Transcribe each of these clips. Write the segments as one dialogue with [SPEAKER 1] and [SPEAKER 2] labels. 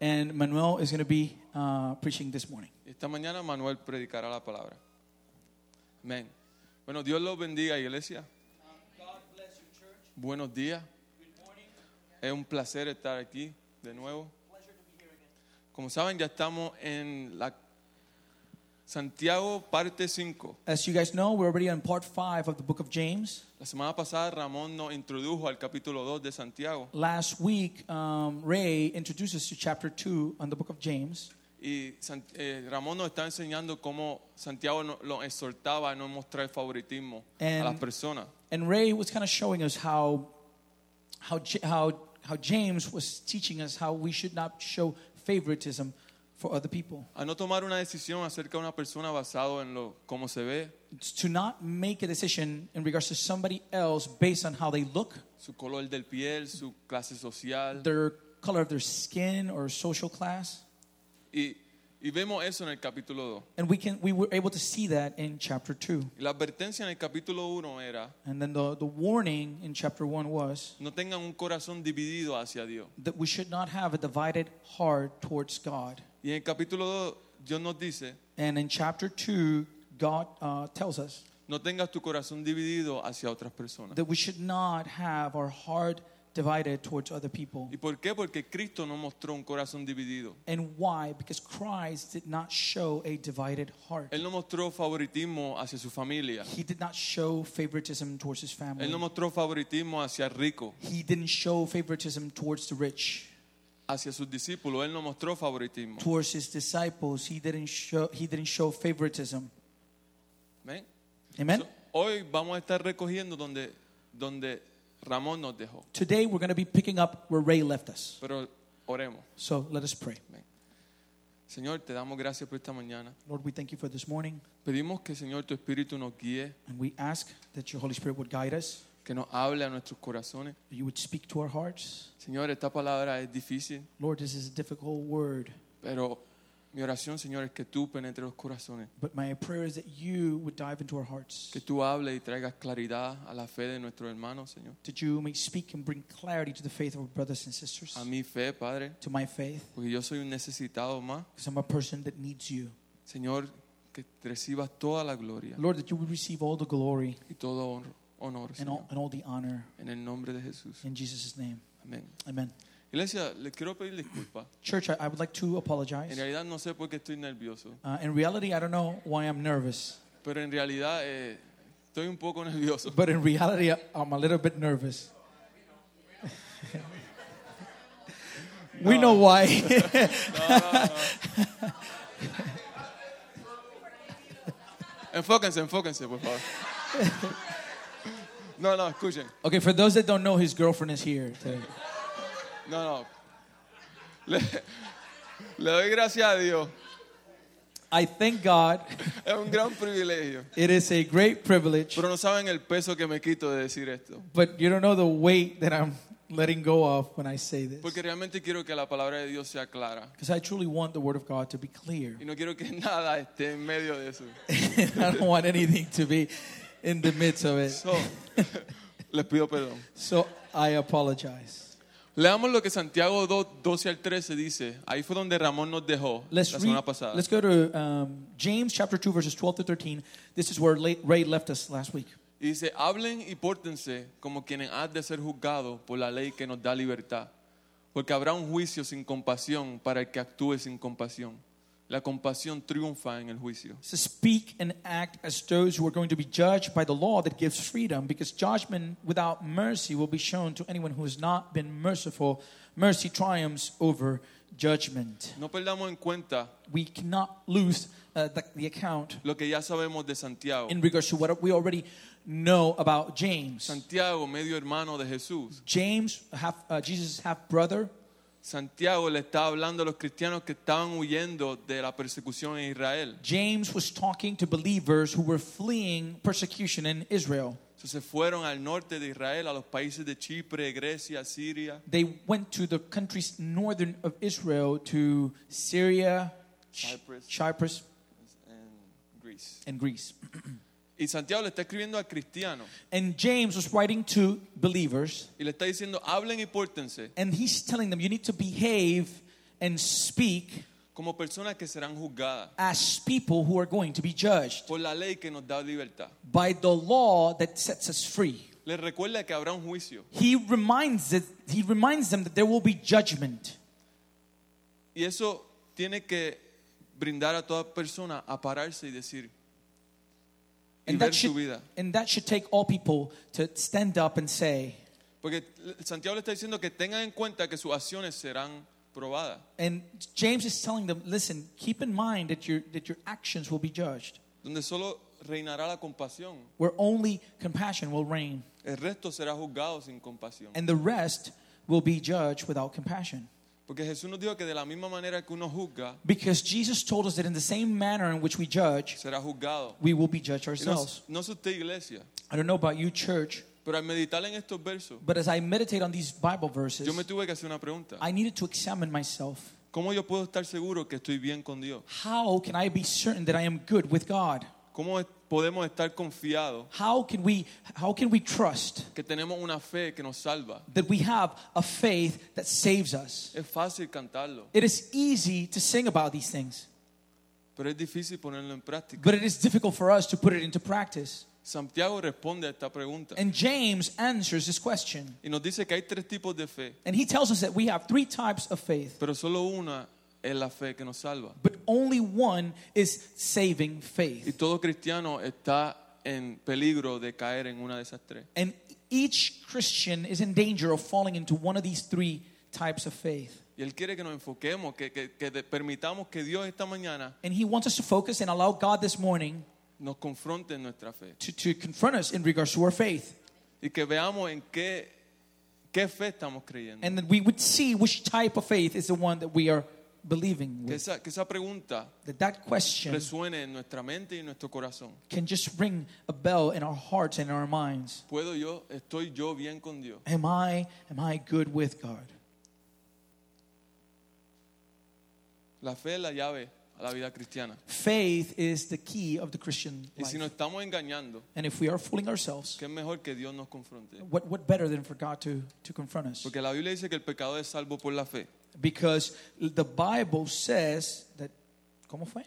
[SPEAKER 1] and Manuel is going to be uh, preaching this morning.
[SPEAKER 2] Esta mañana Manuel predicará la palabra. Amén. Bueno, Dios los bendiga, iglesia. Buenos días. Es un placer estar aquí de nuevo. Como saben, ya estamos en la Santiago parte 5.
[SPEAKER 1] As you guys know, we're already on part five of the book of James.
[SPEAKER 2] La semana pasada Ramón nos introdujo al capítulo 2 de Santiago
[SPEAKER 1] Last week, um, Ray introduced us to chapter two on the book of James,
[SPEAKER 2] y San- eh, Ramón nos está enseñando cómo Santiago no- lo exhortaba a no mostrar favoritismo
[SPEAKER 1] And-
[SPEAKER 2] a las personas.
[SPEAKER 1] and Ray was kind of showing us how, how, J- how, how James was teaching us how we should not show favoritism for other people,
[SPEAKER 2] A no tomar una decisión acerca de una persona basado en lo cómo se ve,
[SPEAKER 1] It's to not make a decision in regards to somebody else based on how they look,
[SPEAKER 2] su color del piel, su clase social.
[SPEAKER 1] their color of their skin or social class.
[SPEAKER 2] Y, y vemos eso en el capítulo 2.
[SPEAKER 1] And we can we were able to see that in chapter two.
[SPEAKER 2] La advertencia en el capítulo 1 era,
[SPEAKER 1] And then the, the warning in chapter one was
[SPEAKER 2] no tengan un corazón dividido hacia Dios.
[SPEAKER 1] that we should not have a divided heart towards God.
[SPEAKER 2] Y en el capítulo 2 Dios nos dice,
[SPEAKER 1] And in chapter two, God uh, tells us
[SPEAKER 2] no tengas tu corazón dividido hacia otras personas.
[SPEAKER 1] that we should not have our heart divided towards other people.
[SPEAKER 2] ¿Y por qué? Porque Cristo no mostró un corazón dividido.
[SPEAKER 1] And why? Because Christ did not show a divided heart.
[SPEAKER 2] Él no mostró favoritismo hacia su familia.
[SPEAKER 1] He did not show favoritism towards his
[SPEAKER 2] Él no
[SPEAKER 1] family.
[SPEAKER 2] mostró favoritismo hacia el rico,
[SPEAKER 1] He didn't show favoritism towards the rich,
[SPEAKER 2] hacia sus discípulos. Él no mostró favoritismo.
[SPEAKER 1] towards his disciples. He didn't show he didn't show favoritism.
[SPEAKER 2] Amén.
[SPEAKER 1] Amen.
[SPEAKER 2] So, hoy vamos a estar recogiendo donde, donde Ramón nos dejó.
[SPEAKER 1] Today we're going to be picking up where Ray left us.
[SPEAKER 2] Pero oremos.
[SPEAKER 1] So let us pray.
[SPEAKER 2] Señor, te damos gracias por esta mañana.
[SPEAKER 1] Lord, we thank you for this morning,
[SPEAKER 2] Pedimos que, Señor, tu Espíritu nos guíe,
[SPEAKER 1] and we ask that your Holy Spirit would guide us,
[SPEAKER 2] que nos hable a nuestros corazones.
[SPEAKER 1] that you would speak to our hearts.
[SPEAKER 2] Señor, esta palabra es difícil,
[SPEAKER 1] Lord, this is a difficult word,
[SPEAKER 2] pero mi oración, Señor, es que tú penetres los corazones,
[SPEAKER 1] but my prayer is that you would dive into our hearts,
[SPEAKER 2] que tú hables y traigas claridad a la fe de nuestros hermanos, Señor.
[SPEAKER 1] that you may speak and bring clarity to the faith of our brothers and sisters,
[SPEAKER 2] A mi fe, Padre,
[SPEAKER 1] to my faith,
[SPEAKER 2] porque yo soy un necesitado más.
[SPEAKER 1] because I'm a person that needs you.
[SPEAKER 2] Señor, que recibas toda la gloria
[SPEAKER 1] Lord, that you would receive all the glory
[SPEAKER 2] y todo honor, honor
[SPEAKER 1] and all,
[SPEAKER 2] Señor,
[SPEAKER 1] and all the honor
[SPEAKER 2] en el nombre de Jesús.
[SPEAKER 1] in Jesus' name.
[SPEAKER 2] Amén.
[SPEAKER 1] Amen.
[SPEAKER 2] Iglesia, les quiero pedir disculpas.
[SPEAKER 1] Church, I, I would like to
[SPEAKER 2] En
[SPEAKER 1] apologize.
[SPEAKER 2] realidad no sé por qué estoy nervioso,
[SPEAKER 1] Uh, in reality, I don't know why I'm nervous.
[SPEAKER 2] pero en realidad eh, estoy un poco nervioso.
[SPEAKER 1] But in reality, I- I'm a little bit nervous. we know why.
[SPEAKER 2] Enfóquense, enfóquense, por favor. No, no, escuchen.
[SPEAKER 1] okay, for those that don't know, his girlfriend is here today.
[SPEAKER 2] No, no. Le, le doy gracias a Dios.
[SPEAKER 1] I thank God.
[SPEAKER 2] Es un gran privilegio.
[SPEAKER 1] It is a great privilege,
[SPEAKER 2] Pero no saben el peso que me quito de decir esto.
[SPEAKER 1] but you don't know the weight that I'm letting go of when I say this.
[SPEAKER 2] Porque realmente quiero que la palabra de Dios sea clara.
[SPEAKER 1] Because I truly want the Word of God to be clear.
[SPEAKER 2] Y no quiero que nada esté en medio de eso.
[SPEAKER 1] I don't want anything to be in the midst of it.
[SPEAKER 2] So, les pido perdón.
[SPEAKER 1] So I apologize.
[SPEAKER 2] Leamos lo que Santiago 2, 12 al 13 dice. Ahí fue donde Ramón nos dejó
[SPEAKER 1] Let's,
[SPEAKER 2] la
[SPEAKER 1] read,
[SPEAKER 2] semana pasada.
[SPEAKER 1] let's go to um, James chapter 2, verses 12 to 13. This is where Le- Ray left us last week.
[SPEAKER 2] Y dice, hablen y pórtense como quienes han de ser juzgados por la ley que nos da libertad, porque habrá un juicio sin compasión para el que actúe sin compasión. La compasión triunfa en el juicio.
[SPEAKER 1] to speak and act as those who are going to be judged by the law that gives freedom because judgment without mercy will be shown to anyone who has not been merciful mercy triumphs over judgment
[SPEAKER 2] No perdamos en cuenta
[SPEAKER 1] we cannot lose uh, the, the account
[SPEAKER 2] lo que ya sabemos de Santiago.
[SPEAKER 1] in regards to what we already know about james
[SPEAKER 2] Santiago, medio hermano de Jesús.
[SPEAKER 1] james half, uh, jesus half brother
[SPEAKER 2] Santiago le estaba hablando a los cristianos que estaban huyendo de la persecución en Israel.
[SPEAKER 1] james was talking to believers who were fleeing persecution in israel
[SPEAKER 2] Entonces se fueron al norte de Israel, a los países de Chipre, Grecia, Siria,
[SPEAKER 1] they went to the countries northern of Israel to Syria, Ch-
[SPEAKER 2] Cyprus.
[SPEAKER 1] Cyprus,
[SPEAKER 2] and Greece.
[SPEAKER 1] and Greece.
[SPEAKER 2] Y Santiago le está escribiendo a cristianos.
[SPEAKER 1] And James was writing to believers,
[SPEAKER 2] Y le está diciendo, hablen y pórtense
[SPEAKER 1] and he's telling them, you need to behave and speak
[SPEAKER 2] como personas que serán juzgadas
[SPEAKER 1] as people who are going to be judged
[SPEAKER 2] por la ley que nos da libertad.
[SPEAKER 1] by the law that sets us free.
[SPEAKER 2] Les recuerda que habrá un juicio
[SPEAKER 1] He reminds, it, he reminds them that there will be judgment.
[SPEAKER 2] y eso tiene que brindar a toda persona a pararse y decir y
[SPEAKER 1] And
[SPEAKER 2] ver
[SPEAKER 1] that,
[SPEAKER 2] su
[SPEAKER 1] should,
[SPEAKER 2] vida.
[SPEAKER 1] and that should take all people to stand up and say,
[SPEAKER 2] Porque Santiago le está diciendo que tengan en cuenta que sus acciones serán probadas.
[SPEAKER 1] and James is telling them, listen, keep in mind that your, that your actions will be judged,
[SPEAKER 2] donde solo reinará la compasión.
[SPEAKER 1] where only compassion will reign,
[SPEAKER 2] El resto será juzgado sin compasión.
[SPEAKER 1] and the rest will be judged without compassion.
[SPEAKER 2] Porque Jesús nos dijo que de la misma manera que uno juzga,
[SPEAKER 1] Because Jesus told us that in the same manner in which we judge,
[SPEAKER 2] será juzgado.
[SPEAKER 1] we will be judged
[SPEAKER 2] Y No,
[SPEAKER 1] ourselves.
[SPEAKER 2] no sé usted iglesia,
[SPEAKER 1] I don't know about you, church,
[SPEAKER 2] pero al meditar en estos versos,
[SPEAKER 1] but as I meditate on these Bible
[SPEAKER 2] yo me
[SPEAKER 1] verses,
[SPEAKER 2] tuve que hacer una pregunta.
[SPEAKER 1] I needed to examine myself.
[SPEAKER 2] ¿Cómo yo puedo estar seguro que estoy bien con Dios?
[SPEAKER 1] How can I be certain that I am good with God?
[SPEAKER 2] ¿Cómo es- podemos estar confiados
[SPEAKER 1] How can we how can we trust
[SPEAKER 2] que tenemos una fe que nos salva?
[SPEAKER 1] that we have a faith that saves us?
[SPEAKER 2] Es fácil cantarlo,
[SPEAKER 1] It is easy to sing about these things,
[SPEAKER 2] pero es difícil ponerlo en práctica.
[SPEAKER 1] but it is difficult for us to put it into practice.
[SPEAKER 2] Santiago responde a esta pregunta
[SPEAKER 1] And James answers this question.
[SPEAKER 2] y nos dice que hay tres tipos de fe,
[SPEAKER 1] And he tells us that we have three types of faith,
[SPEAKER 2] pero solo una es la fe que nos salva.
[SPEAKER 1] but only one is saving
[SPEAKER 2] Y
[SPEAKER 1] faith.
[SPEAKER 2] todo cristiano está en peligro de caer en una de esas tres.
[SPEAKER 1] And each Christian is in danger of falling into one of these three types of faith.
[SPEAKER 2] Y Él quiere que nos enfoquemos, que, que- que de- permitamos que Dios esta mañana
[SPEAKER 1] And he wants us to focus and allow God this morning
[SPEAKER 2] nos confronte en nuestra fe.
[SPEAKER 1] to, to confront us in regards to our faith.
[SPEAKER 2] Y que veamos en qué, qué fe estamos creyendo.
[SPEAKER 1] And then we would see which type of faith is the one that we are believing
[SPEAKER 2] Que
[SPEAKER 1] with.
[SPEAKER 2] esa, que esa pregunta
[SPEAKER 1] That that question
[SPEAKER 2] resuene en nuestra mente y en nuestro corazón.
[SPEAKER 1] can just ring a bell in our hearts and in our minds.
[SPEAKER 2] ¿Puedo yo, estoy yo bien con Dios?
[SPEAKER 1] Am I am I good with God?
[SPEAKER 2] La fe es la llave a la vida cristiana.
[SPEAKER 1] Faith is the key of the Christian
[SPEAKER 2] Y
[SPEAKER 1] life.
[SPEAKER 2] si nos estamos engañando,
[SPEAKER 1] And if we are fooling ourselves,
[SPEAKER 2] qué mejor que Dios nos confronte.
[SPEAKER 1] what, what better than for God to, to confront us?
[SPEAKER 2] Porque la Biblia dice que el pecado es salvo por la fe,
[SPEAKER 1] Because the Bible says that, ¿cómo fue?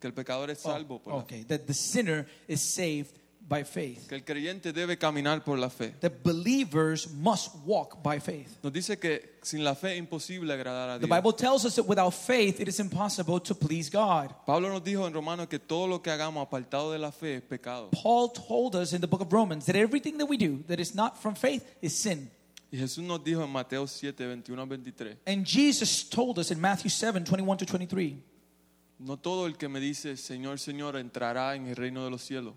[SPEAKER 2] que el pecador
[SPEAKER 1] Oh,
[SPEAKER 2] es salvo por la fe.
[SPEAKER 1] okay, that the sinner is saved by faith.
[SPEAKER 2] que el creyente debe caminar por la fe.
[SPEAKER 1] That believers must walk by faith.
[SPEAKER 2] Nos dice que sin la fe es imposible agradar a
[SPEAKER 1] The
[SPEAKER 2] Dios.
[SPEAKER 1] Bible tells us that without faith, it is impossible to please God.
[SPEAKER 2] Pablo nos dijo en Romanos que todo lo que hagamos apartado de la fe es pecado.
[SPEAKER 1] Paul told us in the book of Romans that everything that we do that is not from faith is sin.
[SPEAKER 2] Y Jesús nos dijo en Mateo 7, 21 al 23,
[SPEAKER 1] And Jesus told us in Matthew 7 21 to 23
[SPEAKER 2] no todo el que me dice Señor, Señor entrará en el reino de los cielos,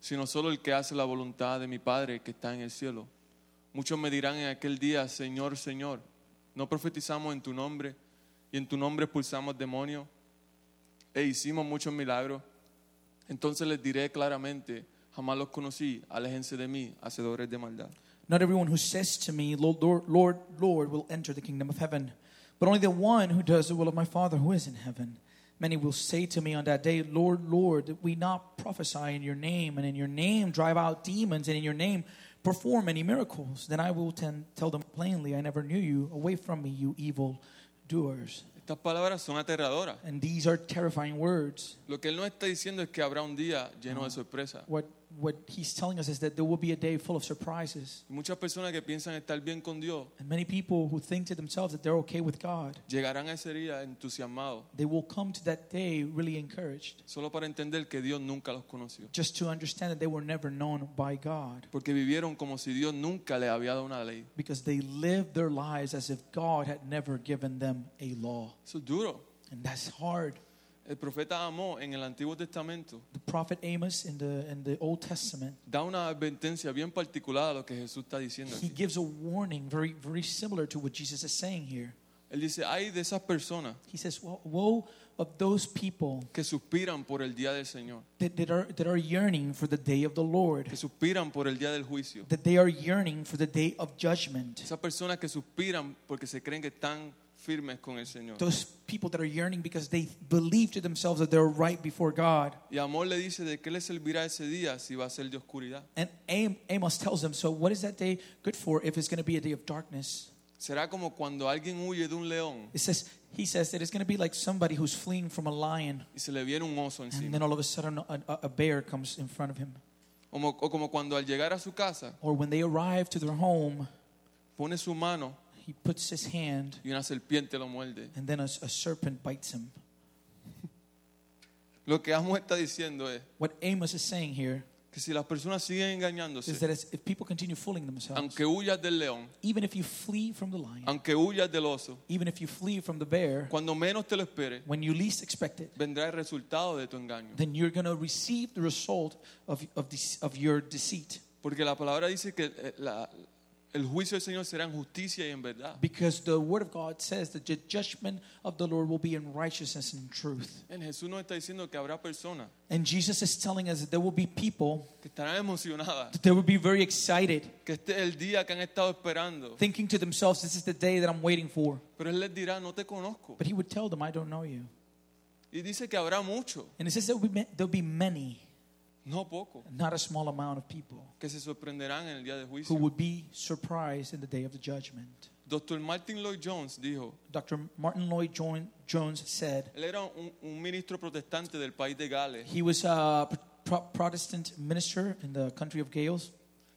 [SPEAKER 2] sino solo el que hace la voluntad de mi Padre que está en el cielo. Muchos me dirán en aquel día, Señor, Señor, no profetizamos en tu nombre y en tu nombre expulsamos demonios e hicimos muchos milagros. Entonces les diré claramente, jamás los conocí, aléjense de mí, hacedores de maldad.
[SPEAKER 1] Not everyone who says to me, Lord, Lord, Lord, Lord, will enter the kingdom of heaven, but only the one who does the will of my Father who is in heaven. Many will say to me on that day, Lord, Lord, did we not prophesy in your name, and in your name drive out demons, and in your name perform many miracles? Then I will ten- tell them plainly, I never knew you. Away from me, you evil doers.
[SPEAKER 2] Estas palabras son aterradoras.
[SPEAKER 1] And these are terrifying words.
[SPEAKER 2] Lo que él nos está diciendo es que habrá un día lleno de sorpresa.
[SPEAKER 1] What, what he's telling us is that there will be a day full of surprises.
[SPEAKER 2] Y muchas personas que piensan estar bien con Dios
[SPEAKER 1] And many people who think to themselves that they're okay with God
[SPEAKER 2] llegarán a ese día entusiasmados
[SPEAKER 1] they will come to that day really encouraged
[SPEAKER 2] solo para entender que Dios nunca los conoció.
[SPEAKER 1] just to understand that they were never known by God
[SPEAKER 2] Porque vivieron como si Dios nunca les había dado una ley.
[SPEAKER 1] because they lived their lives as if God had never given them a law.
[SPEAKER 2] Eso es duro.
[SPEAKER 1] And that's hard.
[SPEAKER 2] El profeta Amós en el Antiguo Testamento
[SPEAKER 1] The prophet Amos in the in the Old Testament,
[SPEAKER 2] da una advertencia bien particular a lo que Jesús está diciendo
[SPEAKER 1] he
[SPEAKER 2] aquí.
[SPEAKER 1] gives a warning very very similar to what Jesus is saying here.
[SPEAKER 2] Él dice, hay de esas personas
[SPEAKER 1] He says, "Wo- "Woe of those people
[SPEAKER 2] que suspiran por el día del Señor,
[SPEAKER 1] that, that are that are yearning for the day of the Lord,
[SPEAKER 2] que suspiran por el día del juicio.
[SPEAKER 1] that they are yearning for the day of judgment."
[SPEAKER 2] Esas personas que suspiran porque se creen que están firmes con el Señor.
[SPEAKER 1] those people that are yearning because they believe to themselves that they're right before God.
[SPEAKER 2] Y Amós le dice, ¿de qué le servirá ese día si va a ser de oscuridad?
[SPEAKER 1] And Am- Amos tells them, so what is that day good for if it's going to be a day of darkness?
[SPEAKER 2] Será como cuando alguien huye de un león
[SPEAKER 1] It says, He says that it's going to be like somebody who's fleeing from a lion,
[SPEAKER 2] y se le viene un oso
[SPEAKER 1] and
[SPEAKER 2] encima.
[SPEAKER 1] then all of a sudden a, a- a bear comes in front of him.
[SPEAKER 2] Como- o como cuando al llegar a su casa
[SPEAKER 1] Or when they arrive to their home,
[SPEAKER 2] pone su mano
[SPEAKER 1] he puts his hand,
[SPEAKER 2] y una serpiente lo muerde.
[SPEAKER 1] and then a, a serpent bites him.
[SPEAKER 2] Lo que Amos está diciendo es
[SPEAKER 1] What Amos is saying here
[SPEAKER 2] que si las personas siguen
[SPEAKER 1] is
[SPEAKER 2] engañándose,
[SPEAKER 1] that it's- if people continue fooling themselves,
[SPEAKER 2] aunque huyas del león,
[SPEAKER 1] even if you flee from the lion,
[SPEAKER 2] aunque huyas del oso,
[SPEAKER 1] even if you flee from the bear,
[SPEAKER 2] cuando menos te lo esperes,
[SPEAKER 1] when you least expect it,
[SPEAKER 2] vendrá el resultado de tu engaño.
[SPEAKER 1] then you're going to receive the result of, of, this, of your deceit.
[SPEAKER 2] Porque la palabra dice que eh, la- el juicio del Señor será en justicia y en verdad.
[SPEAKER 1] Because the word of God says that the judgment of the Lord will be in righteousness and truth.
[SPEAKER 2] En Jesús nos está diciendo que habrá personas
[SPEAKER 1] And Jesus is telling us that there will be people
[SPEAKER 2] que estarán emocionadas,
[SPEAKER 1] that they will be very excited,
[SPEAKER 2] que este es el día que han estado esperando,
[SPEAKER 1] thinking to themselves, This is the day that I'm waiting for.
[SPEAKER 2] pero Él les dirá, no te conozco.
[SPEAKER 1] But he would tell them, I don't know you.
[SPEAKER 2] Y dice que habrá muchos,
[SPEAKER 1] And it says there will be, ma- there will be many,
[SPEAKER 2] no pocos,
[SPEAKER 1] not a small amount of people,
[SPEAKER 2] que se sorprenderán en el día de
[SPEAKER 1] who
[SPEAKER 2] juicio.
[SPEAKER 1] would be surprised in the day of the judgment.
[SPEAKER 2] Doctor Martin Lloyd Jones dijo,
[SPEAKER 1] Dr. Martin Lloyd Join- Jones said
[SPEAKER 2] él era un, un ministro protestante del país de Gales,
[SPEAKER 1] he was a pro- Protestant minister in the country of Gales,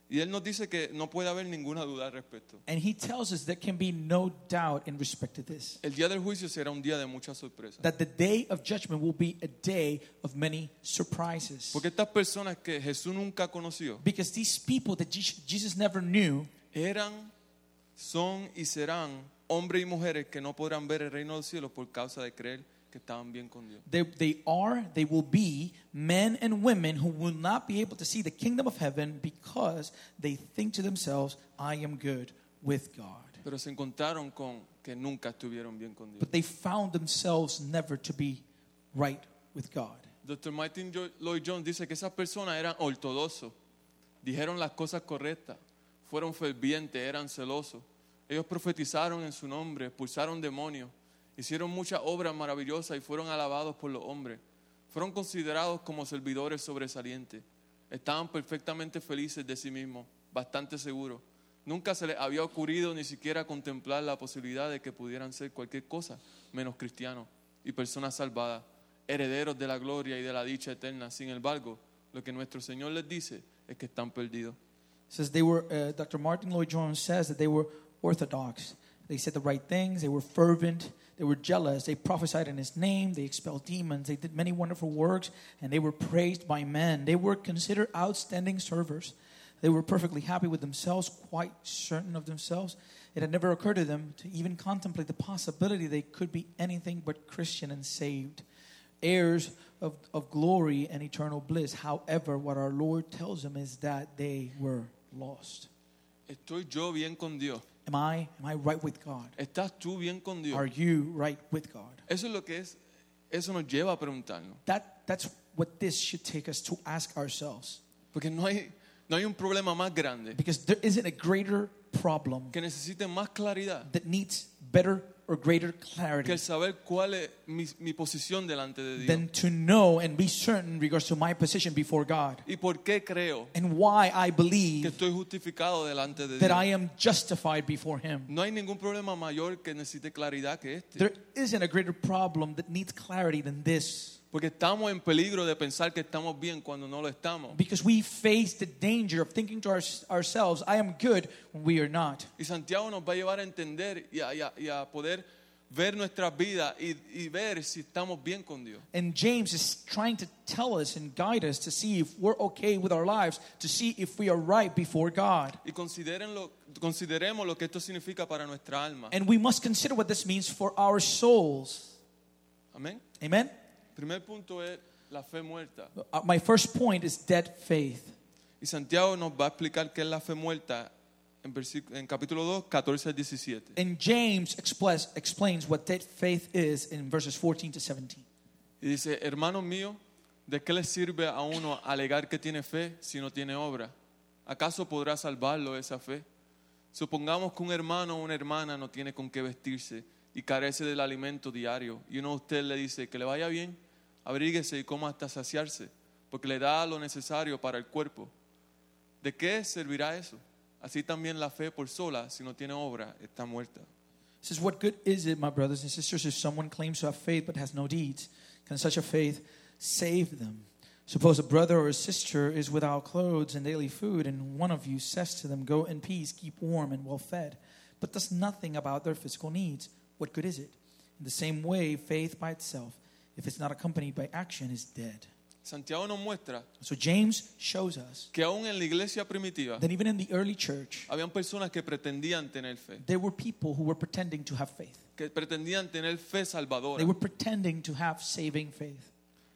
[SPEAKER 2] y él nos dice que no puede haber ninguna duda al respecto.
[SPEAKER 1] and he tells us there can be no doubt in respect to this
[SPEAKER 2] El día del juicio será un día de muchas sorpresas.
[SPEAKER 1] that the day of judgment will be a day of many surprises.
[SPEAKER 2] Porque estas personas que Jesús nunca conoció,
[SPEAKER 1] Because these people that Je- Jesus never knew
[SPEAKER 2] eran, son y serán hombres y mujeres que no podrán ver el reino de los cielos por causa de creer que estaban bien con Dios.
[SPEAKER 1] They, they are, they will be men and women who will not be able to see the kingdom of heaven because they think to themselves, I am good with God.
[SPEAKER 2] Pero se encontraron con que nunca estuvieron bien con Dios.
[SPEAKER 1] But they found themselves never to be right with God.
[SPEAKER 2] Dr. Martin Jo- Lloyd Jones dice que esas personas eran ortodoxos, dijeron las cosas correctas, fueron fervientes, eran celosos. Ellos profetizaron en su nombre, expulsaron demonios, hicieron muchas obras maravillosas y fueron alabados por los hombres. Fueron considerados como servidores sobresalientes. Estaban perfectamente felices de sí mismos, bastante seguros. Nunca se les había ocurrido ni siquiera contemplar la posibilidad de que pudieran ser cualquier cosa menos cristianos y personas salvadas, herederos de la gloria y de la dicha eterna. Sin embargo, lo que nuestro Señor les dice es que están perdidos.
[SPEAKER 1] It says they were, uh, Dr. Martin Lloyd Jones says that they were orthodox. They said the right things, they were fervent, they were jealous, they prophesied in his name, they expelled demons, they did many wonderful works, and they were praised by men. They were considered outstanding servers. They were perfectly happy with themselves, quite certain of themselves. It had never occurred to them to even contemplate the possibility they could be anything but Christian and saved heirs of, of glory and eternal bliss. However, what our Lord tells them is that they were lost.
[SPEAKER 2] ¿Estoy yo bien con Dios?
[SPEAKER 1] Am I am I right with God?
[SPEAKER 2] ¿Estás tú bien con
[SPEAKER 1] Are
[SPEAKER 2] Dios?
[SPEAKER 1] you right with God?
[SPEAKER 2] Eso es lo que es. Eso nos lleva a preguntarnos.
[SPEAKER 1] That that's what this should take us to ask ourselves.
[SPEAKER 2] Porque no hay, no hay un problema más grande
[SPEAKER 1] Because there isn't a greater problem
[SPEAKER 2] que necesite más claridad
[SPEAKER 1] that needs better or greater
[SPEAKER 2] que
[SPEAKER 1] clarity
[SPEAKER 2] el saber cuál es mi, mi posición delante de Dios
[SPEAKER 1] than to know and be certain in regards to my position before God
[SPEAKER 2] y por qué creo
[SPEAKER 1] and why I
[SPEAKER 2] que
[SPEAKER 1] believe
[SPEAKER 2] estoy justificado delante de
[SPEAKER 1] that I
[SPEAKER 2] Dios.
[SPEAKER 1] am justified before Him.
[SPEAKER 2] No hay ningún problema mayor que necesite claridad que este.
[SPEAKER 1] There isn't a greater problem that needs clarity than this.
[SPEAKER 2] Porque estamos en peligro de pensar que estamos bien cuando no lo estamos.
[SPEAKER 1] Because we face the danger of thinking to our, ourselves, I am good when we are not.
[SPEAKER 2] Y Santiago nos va a llevar a entender y a, y a- y a poder ver nuestras vidas y, y ver si estamos bien con Dios.
[SPEAKER 1] And James is trying to tell us and guide us to see if we're okay with our lives, to see if we are right before God.
[SPEAKER 2] Y considérenlo- consideremos lo que esto significa para nuestra alma.
[SPEAKER 1] And we must consider what this means for our souls.
[SPEAKER 2] Amén.
[SPEAKER 1] Amen?
[SPEAKER 2] Primer punto es la fe muerta.
[SPEAKER 1] Uh, My first point is dead faith.
[SPEAKER 2] Y Santiago nos va a explicar qué es la fe muerta en, versículo- en capítulo 2, 14 al 17.
[SPEAKER 1] And James express, explains what dead faith is in verses 14 to 17.
[SPEAKER 2] Y dice, hermano mío, ¿de qué le sirve a uno alegar que tiene fe si no tiene obra? ¿Acaso podrá salvarlo esa fe? Supongamos que un hermano o una hermana no tiene con qué vestirse y carece del alimento diario, y uno a usted le dice que le vaya bien, abríguese y coma hasta saciarse, porque le da lo necesario para el cuerpo. ¿De qué servirá eso? Así también la fe por sola, si no tiene obra, está muerta.
[SPEAKER 1] It says, What good is it, my brothers and sisters, if someone claims to have faith but has no deeds? Can such a faith save them? Suppose a brother or a sister is without clothes and daily food, and one of you says to them, Go in peace, keep warm and well fed, but does nothing about their physical needs. What good is it? In the same way, faith by itself, if it's not accompanied by action, is dead.
[SPEAKER 2] Santiago nos muestra
[SPEAKER 1] So James shows us
[SPEAKER 2] que aún en la iglesia primitiva
[SPEAKER 1] that even in the early church,
[SPEAKER 2] habían personas que pretendían tener fe,
[SPEAKER 1] there were people who were pretending to have faith.
[SPEAKER 2] que pretendían tener fe
[SPEAKER 1] They
[SPEAKER 2] salvadora,
[SPEAKER 1] were pretending to have saving faith.